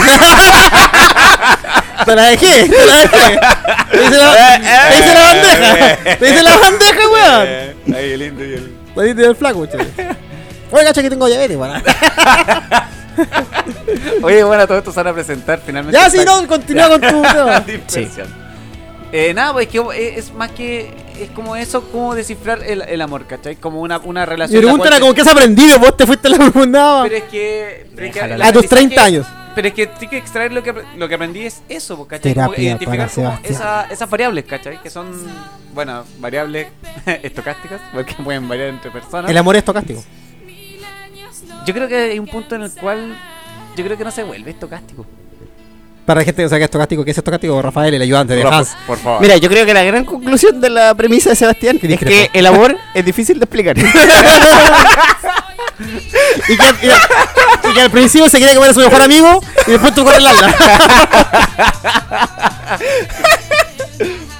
la dejé, te la dejé. Te hice la, te Eh, hice la bandeja. Te hice la bandeja, weón. Ah. Ahí el lindo y el. La diste del flaco, che. Oye, cacha que tengo diabetes, weón. Oye, bueno, todo esto se van a presentar finalmente. Ya, si no, continúa con tu tema. Dispersión. Eh, nada, pues que es, es más que. Es como eso, como descifrar el, el amor, ¿cachai? Como una, una Mi relación. la pregunta cual era te- como, ¿qué has aprendido? Vos te fuiste a la profundaba. Pero es que. pero es que Déjala. el A tus aprendizaje- 30 años. Pero es que tienes que extraer lo que, apre- lo que aprendí es eso, pues, ¿cachai? Terapia Como que identificar para como Sebastián. esa- esas variables, ¿cachai? Que son, bueno, variables estocásticas, porque pueden variar entre personas. El amor es tocástico. Yo creo que hay un punto en el cual yo creo que no se vuelve estocástico. Para la gente que sabe que es tocástico, ¿qué es tocástico? Rafael, el ayudante de Rafa, Hans. por favor. Mira, yo creo que la gran conclusión de la premisa de Sebastián es discrepo. que el amor es difícil de explicar. Y que, y que- y que al principio se quiere comer a su mejor amigo y después tú corres la ala.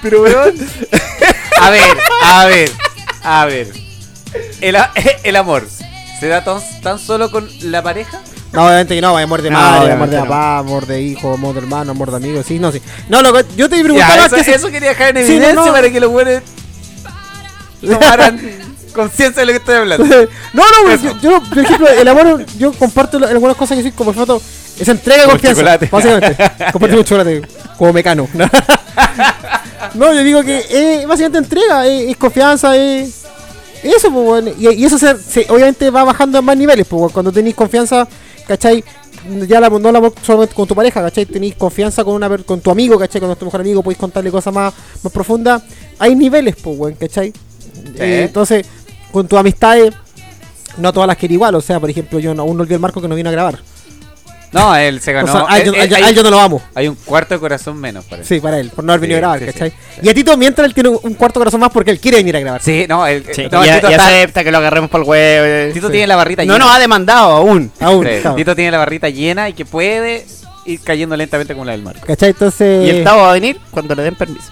Pero weón, A ver, a ver, a ver. El, a- el amor. ¿Se da tan, tan solo con la pareja? No, obviamente que no, hay amor de No, madre, amor de obviamente no. papá, amor de hijo, amor de hermano, amor de amigo, sí, no, sí. No, loco, yo te Ya, preguntaba eso, que eso quería dejar en Sí, no, evidencia no. para que los buenos tomaran conciencia de lo que estoy hablando. No, no, güey, yo, yo, por ejemplo, el amor, yo comparto lo- algunas cosas que soy como foto, es entrega y Como confianza. chocolate. Básicamente, comparto mucho chocolate, como mecano. no, yo digo que eh, básicamente entrega, eh, es confianza, es. Eso, pues, weón. Y, y eso se, se- obviamente va bajando a más niveles, pues, weón. cuando tenéis confianza, ¿cachai? Ya la, no la solamente con tu pareja, ¿cachai? Tenéis confianza con una per- con tu amigo, ¿cachai? Con tu mejor amigo, podéis contarle cosas más, más profundas. Hay niveles, pues, weón, ¿cachai? Eh, entonces, con tus amistades, no todas las quiero igual. O sea, por ejemplo, yo no, aún no olvidé el Marco que no vino a grabar. No, eh, él se O ganó. sea, a él, yo- él- a él- él- a él yo no lo amo. Hay un cuarto de corazón menos para él. Sí, para él, por no haber Sí, venido a grabar, sí, ¿cachai? sí, Y a Tito, mientras él tiene un- un cuarto corazón más porque él quiere venir a grabar. Sí, no, él, Sí, no, ya, Tito, ya está- acepta que lo agarremos por el huevo. eh. Tito tiene la barrita No llena. nos ha demandado aún. Aún. Sí, claro. Tito tiene la barrita llena y que puede ir cayendo lentamente como la del Marco. ¿Cachai? Entonces. Y el Tavo va a venir cuando le den permiso.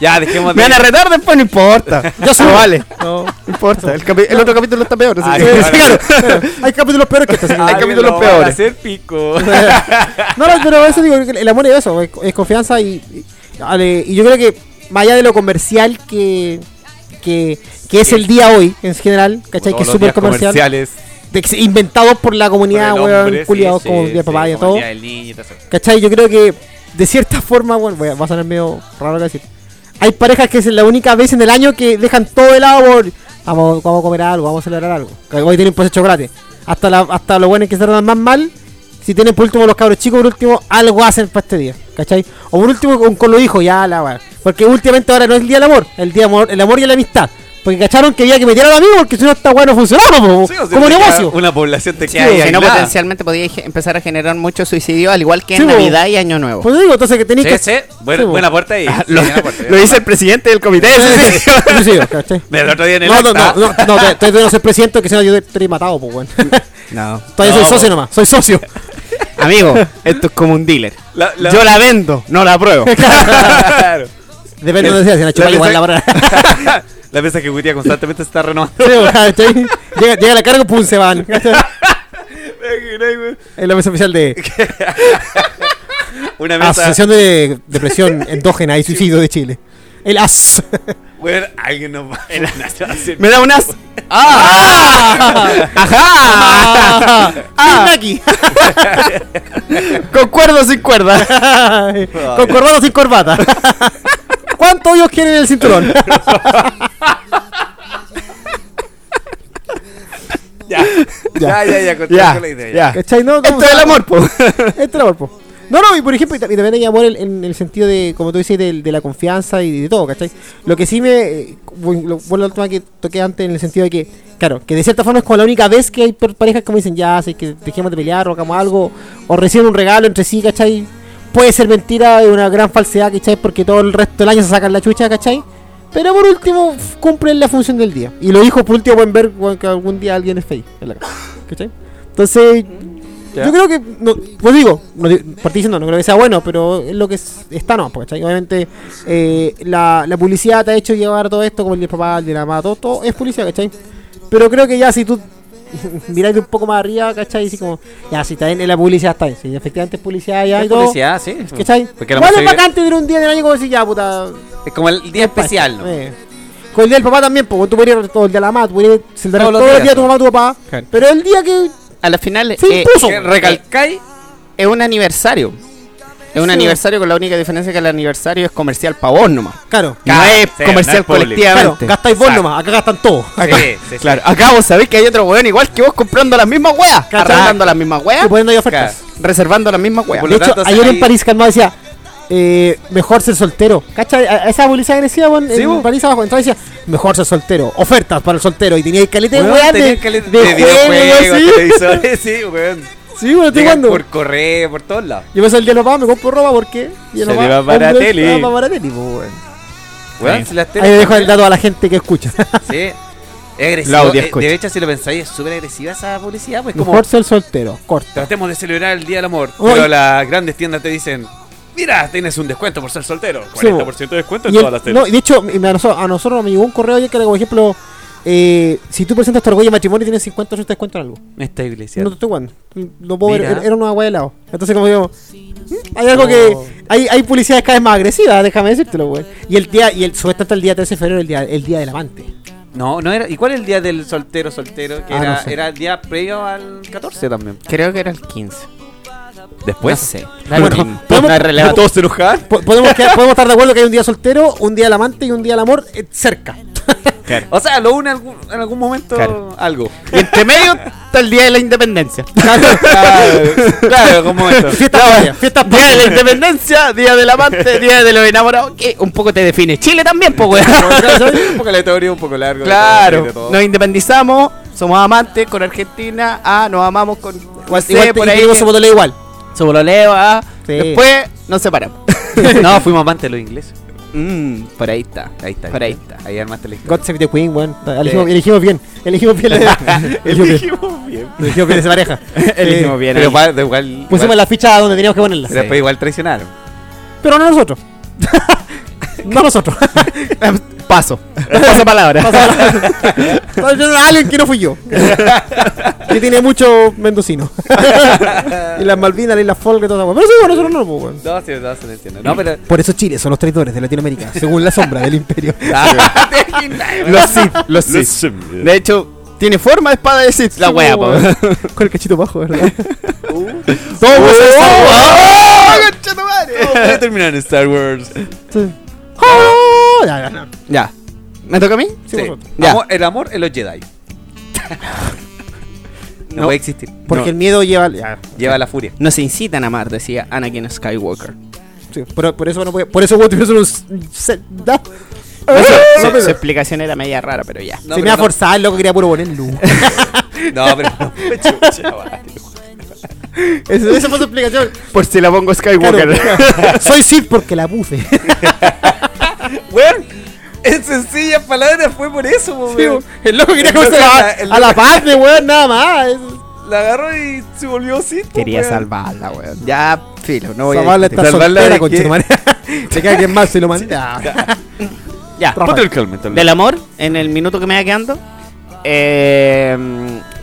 Ya, dejemos Me van a de. retar después, no importa. Yo subo. No vale. No. No importa. El, capi- el otro capítulo está peor. así Ah, que- ya. Sí, claro, claro. Hay capítulos peores que estos. así que- Hay Alguien capítulos lo van a peores. hacer pico. no, no, pero eso digo, el amor es eso, es, es confianza y, y, ale- y yo creo que más allá de lo comercial que, que, que es el día hoy en general, ¿cachai? Todos Que es los súper días comercial, comerciales. de que se- inventado por la comunidad, Por el hombre, weón, sí, culiados sí, como el día sí, papá y como todo, el día del niño y todo eso. ¿cachai? Yo creo que de cierta forma, bueno, voy a- va a sonar medio raro que decir, Hay parejas que es la única vez en el año que dejan todo de lado por. Vamos, vamos a comer algo, vamos a celebrar algo. Hoy tienen pues de chocolate. Hasta, la, hasta los buenos que se tratan más mal. Si tienen por último los cabros chicos, por último algo hacen para este día. ¿Cachai? O por último con, con los hijos, ya la va. Porque últimamente ahora no es el día del amor, el día del amor, el amor y la amistad. Porque cacharon que había que meter a los amigos porque si no esta weá no funcionaba, po, Sí, o sea, como te queda negocio. Una población te Sí, queda ahí si no, aislada. potencialmente podía ge- empezar a generar mucho suicidio, al igual que Sí, en bo. Navidad y Año Nuevo. Pues digo, entonces que tenéis Sí, que. sí, buen- Sí, po. buena puerta ahí. Sí, buena puerta, lo buena dice el presidente del comité de suicidio. Inclusive, ¿cachai? puerta. El otro día en el No, no, acta- no, no, no, te- te- te no soy presidente que si no yo te- te he matado, pues weón. No. Todavía No, soy socio po. nomás, soy socio. Amigo, esto es como un dealer. La- la- Yo la vendo, no la pruebo. Claro. Depende de donde seas, si en la chupa La igual la pieza- parada. La mesa que Gutia constantemente se está renovando. Sí, po, ¿cachai? Llega, llega la carga, pum, se van. ¿cachai? Es la mesa oficial de Una mesa. Asociación de Depresión Endógena y Suicidio de Chile. El AS. Bueno, alguien nos va a Ah. hacer- Me da unas. Ah. ¡Ajá! ¡Ah! aquí! Con cuerda o sin cuerda. Con corbata o sin corbata. ¿Cuánto ellos quieren el cinturón? Ya, ya, ya, ya, con- Ya, con la idea, ya. ¿Cachai? No, no, Esto es el amor, po. Este es el amor, po. No, no, y por ejemplo, y ta- y también hay amor en, en el sentido de, como tú dices, del- de, la confianza y de todo, ¿cachai? Lo que sí me. eh, bu- lo- Bueno, el tema que toqué antes, en el sentido de que, claro, que de cierta forma es como la única vez que hay per- parejas como dicen, ya, así que dejemos de pelear o hagamos algo, o reciben un regalo entre sí, ¿cachai? Puede ser mentira, es una gran falsedad, ¿cachai? Porque todo el resto del año se sacan la chucha, ¿cachai? Pero por último, f- cumplen la función del día. Y los hijos, por último, pueden ver bueno, que algún día alguien es feliz en la casa, ¿cachai? Entonces, yo creo que, no, pues digo, no, di- partí diciendo, no creo que sea bueno, pero es lo que es- está, no, pues, ¿cachai? Obviamente, eh, la, la publicidad te ha hecho llevar todo esto, como el del papá, el de la mamá, todo, todo es publicidad, ¿cachai? Pero creo que ya si tú miráis un poco más arriba, ¿cachai? Y así como, ya, si está en la publicidad, está bien, si efectivamente es publicidad, ya, y todo, Publicidad, sí. ¿cachai? Porque la ¿Cuál es mujer- bacante de un día del año como decir, ya, puta, Es como el día especial, ¿no? eh. Con el día del papá también, porque tú podrías ir todo el día de la mamá, tú podrías celebrar Todos todos los los días días, a tu mamá, a tu papá, Claro. pero el día que A la final se eh, impuso. Que recalcáis es un aniversario. Es un Sí. aniversario con la única diferencia que el aniversario es comercial para vos nomás. Claro. No Claro, es sí, no comercial es público. Claro, colectivamente. gastáis vos nomás, acá gastan todos. Sí, sí, sí. Claro, acá vos sabés que hay otro weón igual que vos comprando las mismas weas, Cachai. arrendando las mismas weas, Y poniendo ahí ofertas. reservando las mismas weas. Por De lo hecho, tanto, ayer hay- en París Calmado decía, eh, mejor ser soltero. ¿Cacha? A- a Esa publicidad agresiva, weón, Sí, en bo. París abajo. Entonces decía, mejor ser soltero, ofertas para el soltero. Y tenía caleta de Weón, weá de, tenía de, caleta- juego, de videojuegos, así. televisores, sí, weón. Sí, bueno, estoy Llegan jugando. Por correo, por todos lados. Yo me salí el día del papá, me compro ropa porque... y el Se papá- le va para hombre, tele. se va para tele, po, weón. Weón, si las Ahí teles le dejo el también- dato a la gente que escucha. Sí. Es agresivo. Claudia, eh, escucha. de hecho, si lo pensáis, es súper agresiva esa publicidad. Pues como mejor ser soltero, corta. tratemos de celebrar el Día del Amor. Uy. Pero las grandes tiendas te dicen: Mira, tienes un descuento por ser soltero. Sí, 40% de descuento en Y el- todas las no, teles. y de hecho, me- a nosotros, a nosotros me llegó un correo ayer que era, por ejemplo, eh, si tú presentas tu orgullo de matrimonio, tienes 50 o 50 en algo. Esta iglesia. No te estoy jugando. No puedo ver, Mira. era- era una agua de helado. Entonces, como digo, ¿Mm? hay algo que. Hay, hay publicidades cada vez más agresivas, déjame decírtelo, güey. Y el día, y el supuestamente el día 13 de febrero, el día, el día del amante. No, no era. ¿Y cuál es el día del soltero, soltero? Que Ah, era, no sé. era el día previo al 14 también. Creo que era el 15. Después. no sé. Bueno, Bueno, podemos- no es relevante. todos se enojaban. Po- podemos, quedar- podemos estar de acuerdo que hay un día soltero, un día del amante y un día del amor eh, cerca. O sea, lo une algún- en algún momento Claro. algo. Y entre medio está el día de la independencia. Claro, claro, algún momento. Fiesta patria, fiesta Día de la patria. independencia, día del amante, día de los enamorados, que un poco te define. Chile también, po, weón. un poco la teoría, un poco largo. de todo, Claro, de todo. nos independizamos, somos amantes con Argentina, ah, nos amamos con Guasé, Igual, por y ahí, tenemos que- su botella igual. su bololeo, ah, Sí. después nos separamos. no, fuimos amantes de los ingleses. Mm, por ahí está, Ahí está. por ahí ¿viste? está. Ahí armaste la historia. God Save the Queen, weón. Eh, Elegimos, elegimos bien. Elegimos bien. la- elegimos bien. bien. Elegimos bien esa pareja. Eh, Elegimos bien Pero ahí. pa- de igual. Pusimos igual- la ficha donde teníamos que ponerla. Después igual traicionaron. Pero no nosotros. no nosotros. Paso, paso palabra. Entonces, Alguien que no fui yo. que tiene mucho mendocino. y las Malvinas, y las Folk y todo eso. Pero sí, bueno, nosotros no, pues, weón. No, sí, no, se lo entiendo. No, pero. Por eso Chile son los traidores de Latinoamérica, según la sombra del imperio. Los Sith, los Sith. De hecho, tiene forma de espada de Sith la wea, po. pues, weón. Con el cachito bajo, ¿verdad? Todo Oh, se salva. terminar en Star Wars. Sí. ¡Ah! ya, ya. Ya. ¿Me toca a mí? Sí, Sí. vosotros. Ya. Amor- el amor en los Jedi. no, No. puede existir. Porque No. el miedo lleva. ya, Lleva la furia. No se incitan a amar, decía Anakin Skywalker. sí, por, por eso no puede. Por eso vos tuvieses unos. Se, da- Su- No, su, pero- su explicación era media rara, pero ya. No, se pero me va a no- forzar, loco, quería puro poner luz. No, pero no. Chucha, vale. Eso- Esa fue su explicación. Por si la pongo Claro, soy Sid porque la puse. Weón, en sencillas palabras fue por eso, po, weón. el loco quería El loco comerse a la, era- el a la loco- parte, weón, nada más. La agarró y se volvió así. po, Quería weón. salvarla, weón. Ya, filo, no voy a Zavala discutir. está Salvarla soltera, de con qué? Se cae quien más se lo Ah. manda. Ya, Rafa. Ponte el calma, entonces. del amor, en el minuto que me va quedando. Eh,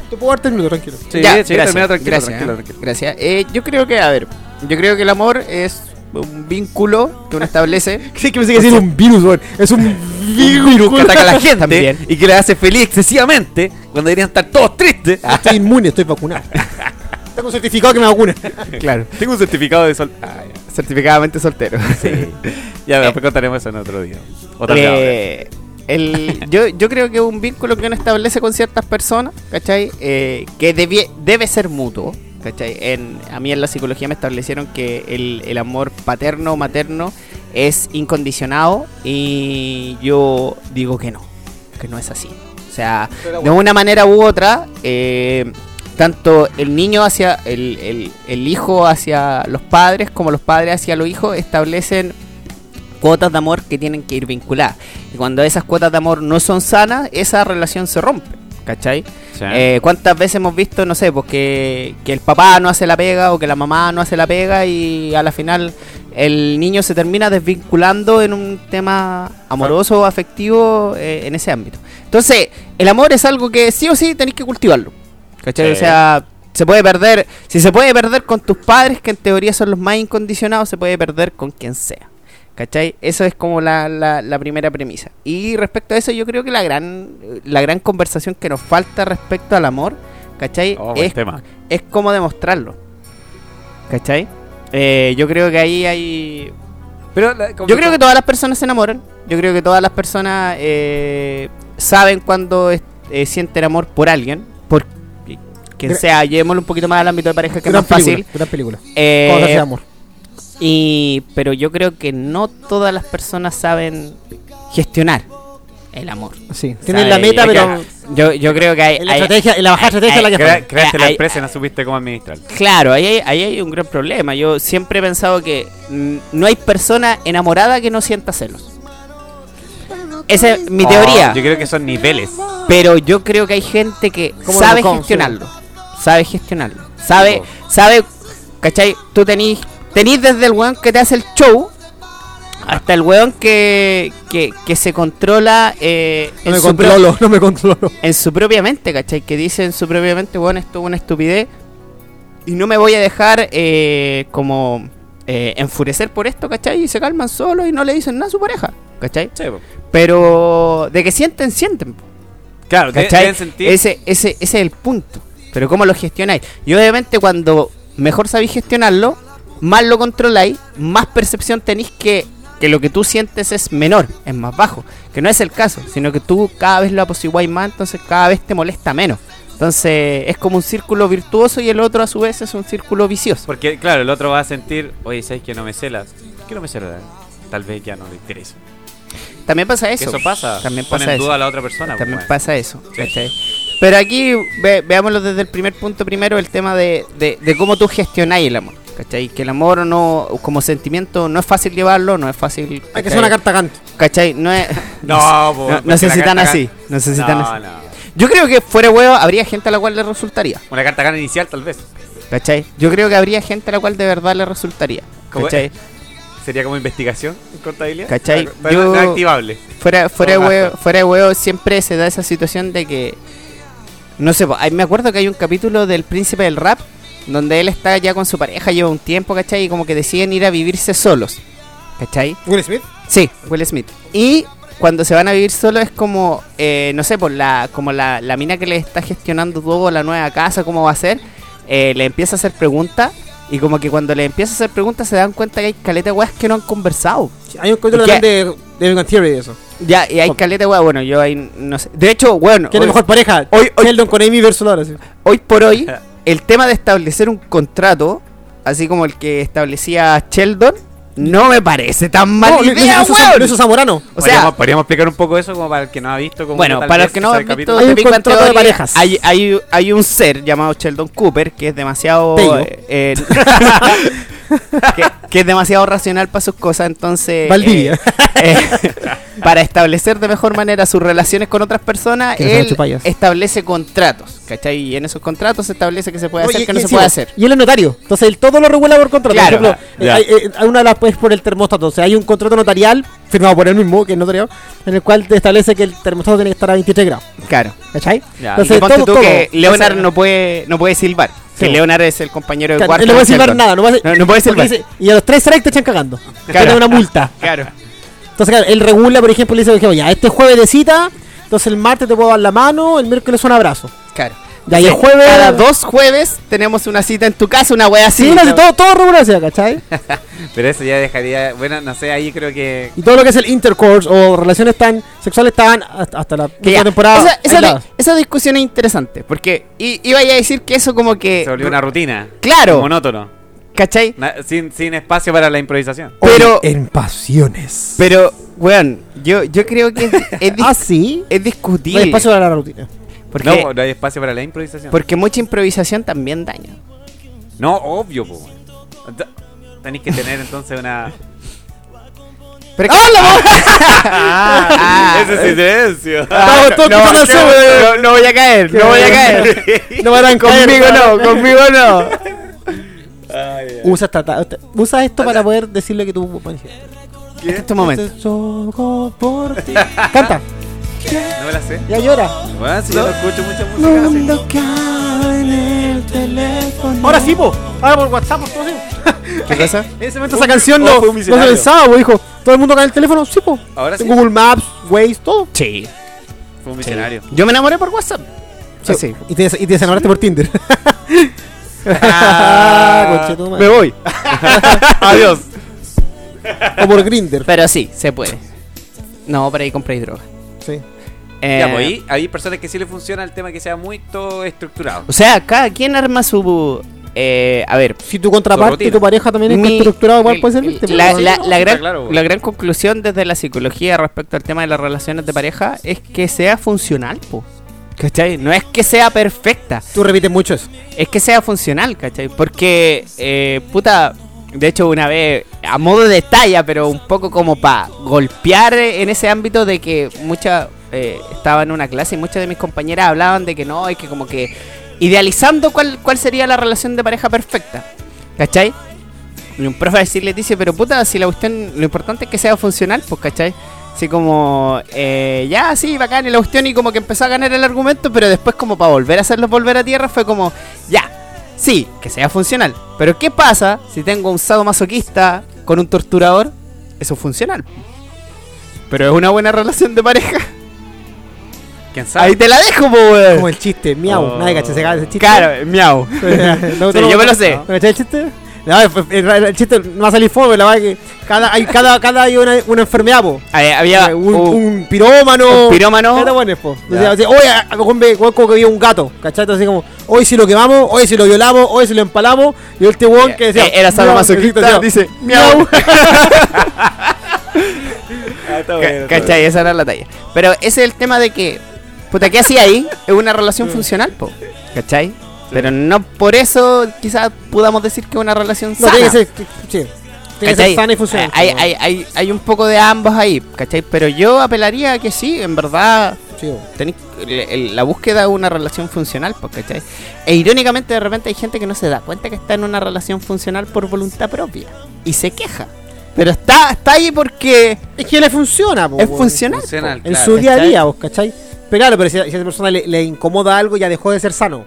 Te puedo darte el minuto, tranquilo. Sí, Ya, sí, termina tranquilo, gracias, tranquilo, ¿eh? tranquilo. Gracias. Eh, yo creo que, a ver, yo creo que el amor es un vínculo que uno establece. Sí, que pensé que era un virus, weón. Es un virus que ataca a la gente Gente, Y que la hace feliz excesivamente cuando deberían estar todos tristes. Estoy inmune, estoy vacunado. Tengo un certificado que me vacuna. claro, Tengo un certificado de sol. Ah, ya. certificadamente soltero. Sí. Eh. ya, después contaremos eso en otro día. O tal vez ahora. Eh, el- yo, yo creo que un vínculo que uno establece con ciertas personas, ¿cachai? Eh, que debie- debe ser mutuo, ¿cachai? En, a mí en la psicología me establecieron que el, el amor paterno o materno es incondicionado y yo digo que no, que no es así. O sea, de una manera u otra, eh, tanto el niño hacia el, el- el hijo hacia los padres como los padres hacia los hijos establecen cuotas de amor que tienen que ir vinculadas. Y cuando esas cuotas de amor no son sanas, esa relación se rompe. ¿Cachai? Eh, ¿Cuántas veces hemos visto, no sé, porque que el papá no hace la pega o que la mamá no hace la pega y a la final el niño se termina desvinculando en un tema amoroso o afectivo eh, en ese ámbito? Entonces, el amor es algo que sí o sí tenéis que cultivarlo. ¿Cachai? Sí. O sea, se puede perder, si se puede perder con tus padres, que en teoría son los más incondicionados, se puede perder con quien sea. ¿Cachai? Eso es como la, la- la primera premisa. Y respecto a eso, yo creo que la gran, la gran conversación que nos falta respecto al amor, ¿cachai? Oh, buen es, tema. es cómo demostrarlo. ¿Cachai? Eh, yo creo que ahí hay Pero la- como- yo creo que todas las personas se enamoran. Yo creo que todas las personas eh, saben cuando es- eh, sienten amor por alguien. Por quien Gra- sea, llevémoslo un poquito más al ámbito de pareja que es Gran más película, fácil. gran película. Eh, Cómo se hace amor. y, pero yo creo que no todas las personas saben gestionar el amor. Sí. O Tienes sea, la eh, meta, yo pero. creo- Yo, yo creo que hay. En la hay- estrategia, en la baja estrategia es la que Gra- falla. Cre- creaste la Ay, empresa y no supiste cómo administrar. Claro, ahí hay, ahí hay un gran problema. Yo siempre he pensado que mm, no hay persona enamorada que no sienta celos. Esa es mi Oh, teoría. yo creo que son niveles. Pero yo creo que hay gente que Como sabe Robocop, gestionarlo. Sabe gestionarlo. Sabe, sabe, ¿cachai? Tú tenís, tenís desde el weón que te hace el show hasta el weón que, que, que se controla eh, No me su pro- controlo, no me controlo. en su propia mente, ¿cachai? Que dice en su propia mente, bueno, esto es una estupidez y no me voy a dejar eh, como eh, enfurecer por esto, ¿cachai? Y se calman solos y no le dicen nada a su pareja, ¿cachai? Pero de que sienten, sienten. po. Claro, de- ¿Cachai? deben sentir. Ese, ese, ese es el punto. Pero cómo lo gestionáis. Y obviamente cuando mejor sabéis gestionarlo, más lo controláis, más percepción tenéis que, que lo que tú sientes es menor, es más bajo. Que no es el caso, sino que tú cada vez lo apaciguáis más, entonces cada vez te molesta menos. Entonces es como un círculo virtuoso y el otro a su vez es un círculo vicioso. Porque, claro, el otro va a sentir, oye, ¿sabes que no me celas? ¿Por ¿Qué no me celas? Tal vez ya no le interesa. También pasa Que eso. Eso, pasa. También Pone pasa en eso. duda a la otra Ah, persona. También pues, pasa eso. ¿cachai? Pero aquí ve- veámoslo desde el primer punto primero, el tema de, de- de cómo tú gestionáis el amor. ¿Cachai? Que el amor no, como sentimiento no es fácil llevarlo, no es fácil... Hay que ¿cachai? hacer una carta canto. ¿Cachai? No es... No, po, no, porque no sé la si tan carta- así. No sé si tan No, así. no. Yo creo que fuera huevo habría gente a la cual le resultaría. Una carta gana inicial, tal vez. ¿Cachai? Yo creo que habría gente a la cual de verdad le resultaría. Como- ¿Cachai? Sería como investigación en contabilidad. ¿Cachai? Pero Yo- no es activable. Fuera, fuera, de Todo huevo, gasto. fuera de huevo siempre se da esa situación de que... No sé, po, ay, me acuerdo que hay un capítulo del Príncipe del Rap donde él está ya con su pareja, lleva un tiempo, ¿cachai? Y como que deciden ir a vivirse solos, ¿cachai? Will Smith. Sí, Will Smith. Y cuando se van a vivir solos es como, eh, no sé, por la, como la, la mina que le está gestionando todo, la nueva casa, cómo va a ser, eh, le empieza a hacer preguntas y como que cuando le empieza a hacer preguntas se dan cuenta que hay caleta de weas que no han conversado. Hay un capítulo ¿Y qué? también de The Big Theory eso. Ya, y hay caleta, weón. Bueno, yo ahí no sé. De hecho, weón. ¿Quién es hoy- mejor pareja? hoy- hoy- Sheldon con Amy versus Laura. sí. hoy por hoy, el tema de establecer un contrato, así como el que establecía Sheldon, no me parece tan mala Mm. No, Lu- idea, Luis- Luis- weón. Luis Zamorano. O podríamos, sea, podríamos explicar un poco eso como para el que no ha visto. Como bueno, tal para vez los que no ese han visto capítulo. Hay The un Big Bang contrato de Theory, parejas. Hay, hay, hay un ser llamado Sheldon Cooper que es demasiado. Pello. eh, eh, que, que es demasiado racional para sus cosas, entonces. eh, Valdivia. eh, para establecer de mejor manera sus relaciones con otras personas, Que no sean él chupallas. establece contratos, ¿cachai? Y en esos contratos se establece que se puede hacer, Oye, que no y se encima, puede hacer. Y él es notario. Entonces él todo lo regula por contrato. Claro. por ejemplo, eh, Ya. hay, eh, hay una de las pues por el termostato. O sea, hay un contrato notarial firmado por él mismo, que es notariado, en el cual te establece que el termostato tiene que estar a 23 grados. Claro. ¿Cachai? Ya. Y que Entonces, ponte todo, tú todo. que Leonard Ese- no puede, no puede silbar. Que Sí. Leonard es el compañero de Claro, cuarto. él no puede de silbar Sheldon. nada, no puede, No, no porque puede silbar. dice, y a los tres strikes te echan cagando. Claro. Tiene una multa. Claro. Entonces, claro, él regula, por ejemplo, le dice, por ejemplo, ya, este jueves de cita, entonces el martes te puedo dar la mano, el miércoles un abrazo. Claro. Y ahí el jueves- Cada dos jueves tenemos una cita en tu casa, una wea así. Sí, no, ¿no? sí, todo, todo regula, o sea, ¿cachai? Pero eso ya dejaría. Bueno, no sé, ahí creo que. Y todo lo que es el intercourse o relaciones tan sexuales tan hasta, hasta la Que última ya, temporada. Esa, esa, aisladas. esa discusión es interesante. Porque i- iba ya a decir que eso como que. Se volvió una rutina. Eh, Claro. Monótono. ¿Cachai? Na- sin, sin espacio para la improvisación. Pero, en pasiones. pero, weón, yo, yo creo que es, es, dis- Ah, sí. es No discutible. hay espacio para la rutina. porque, No, no hay espacio para la improvisación. porque mucha improvisación también daña. No, obvio, po. weón. Da- Tenéis que tener entonces una. Pero ¡Ah, la ah, Ese silencio. ah, Estamos todos no, escuchando eso, no, weón. no, no voy a caer, no voy a caer. No van a Conmigo no, conmigo no. Eh. Usa, esta- ta- esta- usa esto para poder decir lo que tú En este momento. Este soco por ti. Canta, No me la sé. ya llora. Bueno, si yo no escucho mucha música. así. Ahora sí, po. Ahora por WhatsApp, por todo sí. ¿Qué cosa? En ese momento esa canción oh, no, fue un no se visionario. pensaba, po, dijo. Todo el mundo con el teléfono, sí, po. Ahora sí. Google Maps, Waze, todo. Sí. Fue un visionario. Yo me enamoré por WhatsApp. Sí, sí. Y te, y te desenamoraste por Tinder. Conchetumare. Ah. Me voy. Adiós. O por Grinder. Pero sí, se puede. No, por ahí compréis droga. Sí. Eh, Ya, pues, ahí hay personas que sí le funciona el tema que sea muy todo estructurado. O sea, cada quien arma su. Eh, a ver. Si tu contraparte, rutina. tu pareja también es mi- estructurado, igual el- puede servirte. la, po. no, la- está la gran, claro, la gran conclusión desde la psicología respecto al tema de las relaciones de pareja es que sea funcional, po. ¿Cachai? No es que sea perfecta, Tú repites mucho eso. es que sea funcional, ¿cachai? Porque, eh, puta, de hecho una vez, a modo de talla, pero un poco como para golpear eh, en ese ámbito de que mucha, eh, estaba en una clase y muchas de mis compañeras hablaban de que no, es que como que idealizando cuál, cuál sería la relación de pareja perfecta, ¿cachai? Y un profe así les dice, pero puta, si la cuestión, lo importante es que sea funcional, pues, ¿cachai? Así como, eh, ya, sí, bacán, y la cuestión, y como que empezó a ganar el argumento, pero después como para volver a hacerlos volver a tierra fue como, ya, sí, que sea funcional. Pero ¿qué pasa si tengo un sadomasoquista con un torturador? Eso es funcional. Pero es una buena relación de pareja. ¿Quién sabe? Ahí te la dejo, po, Como weón. el chiste, miau. Oh. Nadie cacha, se caga ese chiste. Claro, miau. No, Sí, tú no- yo me lo sé. ¿No cachai el chiste? No, el, el- el- el chiste no va a salir fome, la verdad que cada hay, cada, cada hay una, una enfermedad, po. Eh, Ahí Eh, había un, un- un pirómano. uh. un pirómano. Cada bueno, po. Entonces, así, oye, a- a- con- con- como que había un gato, ¿cachai? Entonces, así como, hoy si lo quemamos, hoy si lo violamos, hoy si lo empalamos. Y este weón que decía. Eh, miau, era que sadomasoquista, decía, dice, miau. Ah, miau. Ca- ¿Cachai? Esa era la talla. Pero ese es el tema de que, puta, ¿qué hacía ahí? Es una Mm. relación funcional, po. ¿Cachai? Pero no por eso quizás podamos decir que es una relación No, sana. tiene que ser. Sí. Tiene que ¿cachai? ser sana y funcional. Hay, hay, hay, hay un poco de ambos ahí, ¿cachai? Pero yo apelaría a que sí, en verdad, Sí, po. tenéis el- el- la búsqueda de una relación funcional, pues, ¿cachai? E irónicamente de repente hay gente que no se da cuenta que está en una relación funcional por voluntad propia y se queja. Pero está, está ahí porque Es que le funciona, po, es weón. funcional. pues, Funcional, En claro. su día a ¿Cachai? día, vos, ¿cachai? Pero claro, pero si, si a esa persona le, le incomoda algo, ya dejó de ser sano.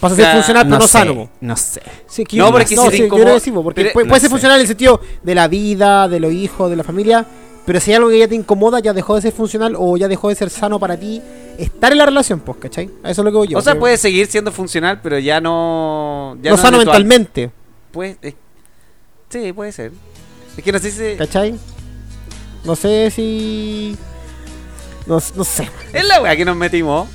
Pasa a ser Ah, funcional, pero no, sé, sano. po. No pues. sé. Sí, que No, yo- porque si te sí, yo incomoda- creo que sí, po, porque pero- puede, no puede ser sé. funcional en el sentido de la vida, de los hijos, de la familia. Pero si hay algo que ya te incomoda, ya dejó de ser funcional o ya dejó de ser sano para ti estar en la relación, pues, ¿cachai? A Eso es lo que voy yo. o sea, que puede seguir siendo funcional, pero ya no. Ya no sano ritual. mentalmente, Pues, eh, sí, puede ser. Es que no sé si. ¿cachai? No sé si. No, no sé. Es la weá que nos metimos.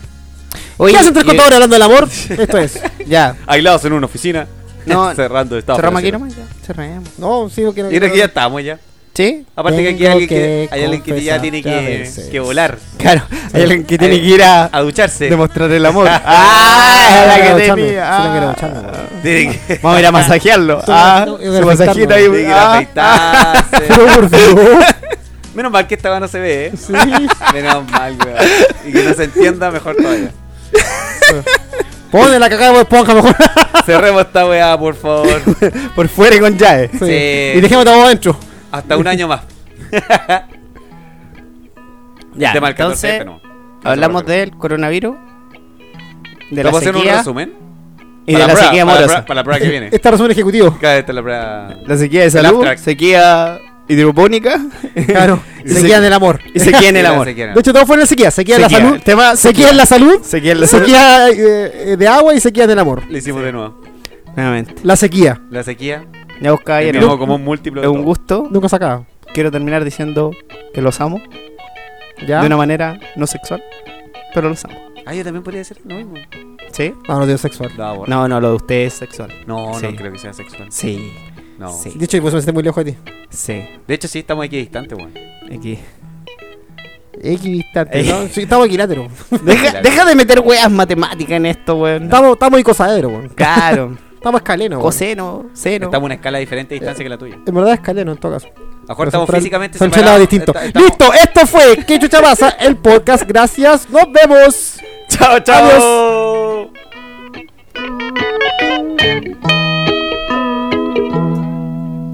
¿Qué hacen tres y- eh, contadores hablando del amor? Esto es. Ya. Aislados en una oficina. No, cerrando esta cerramos aquí operación. nomás. Ya. Cerramos. No, sí, porque no. Mira que ya estamos ya. ¿Sí? Aparte que aquí hay Tengo alguien que, que hay alguien que ya confesar tiene que a que, veces- que volar. Claro. Hay alguien que tiene Ahí. que ir a, A ducharse. demostrar el amor. Se ¡Ah! la La que quiero tenía. ducharme, se la quiero Ah. ducharme, weón. Tiene que, Vamos a ir a masajearlo. Tú, Ah, no, yo voy a su masajito afeitarme. ahí. tiene que ir a ah. afeitarse. Pero por favor. Menos mal que esta weá no se ve, eh. Sí. Menos mal, weón. Y que no se entienda mejor todavía. Pone la cagada de Bob esponja mejor. Cerremos esta weá, por favor. Por fuera y con llave. Sí. Sí. Y dejémoslo todo adentro. Hasta un año más. Ya, Tema del 14 entonces F no. No hablamos se va a del coronavirus, de la ¿Vamos a hacer un sequía resumen? y de Para la prueba, sequía para la amorosa. prueba- Para la prueba que viene. Esta resumen ejecutivo. Cada vez te la prueba. La sequía de El salud, abstract. sequía hidropónica Claro. Y se se- quedan del amor. y sequía en Sí, el la amor. sequía en el De hecho, todo fue en la sequía. Sequía en la Sequía. salud. Tema Sequía en la salud. Sequía en la salud. Sequía eh, de agua y sequía del amor. Lo hicimos de nuevo. Nuevamente. La sequía. La sequía. Ya buscaba ayer. Terminamos como un múltiplo. de Es un todo. gusto. Nunca sacaba. Quiero terminar diciendo que los amo ¿Ya? de una manera no sexual, pero los amo. Ah, yo también podría decir lo mismo. ¿Sí? Ah, no, Dios sexual. No, bueno. No, no, lo de ustedes es sexual. no, no Sí. creo que sea sexual. Sí, No. Sí. De hecho, pues me senté muy lejos de ti. sí. De hecho, sí, estamos aquí distantes, weón. Aquí. Equidistante, Eh. ¿no? Sí, estamos equilátero. Deja, deja de meter weas matemáticas en esto, weón. Estamos, estamos icosaedro, weón. Claro. Estamos escaleno, weón. Coseno, seno. Estamos a una escala diferente de Eh, distancia que la tuya. En verdad escaleno, en todo caso. A lo mejor Pero estamos son tres- físicamente Son tres lados distintos. Esta- estamos- Listo, esto fue Que Chucha Pasa, el podcast. Gracias, nos vemos. Chao, Adiós. chao.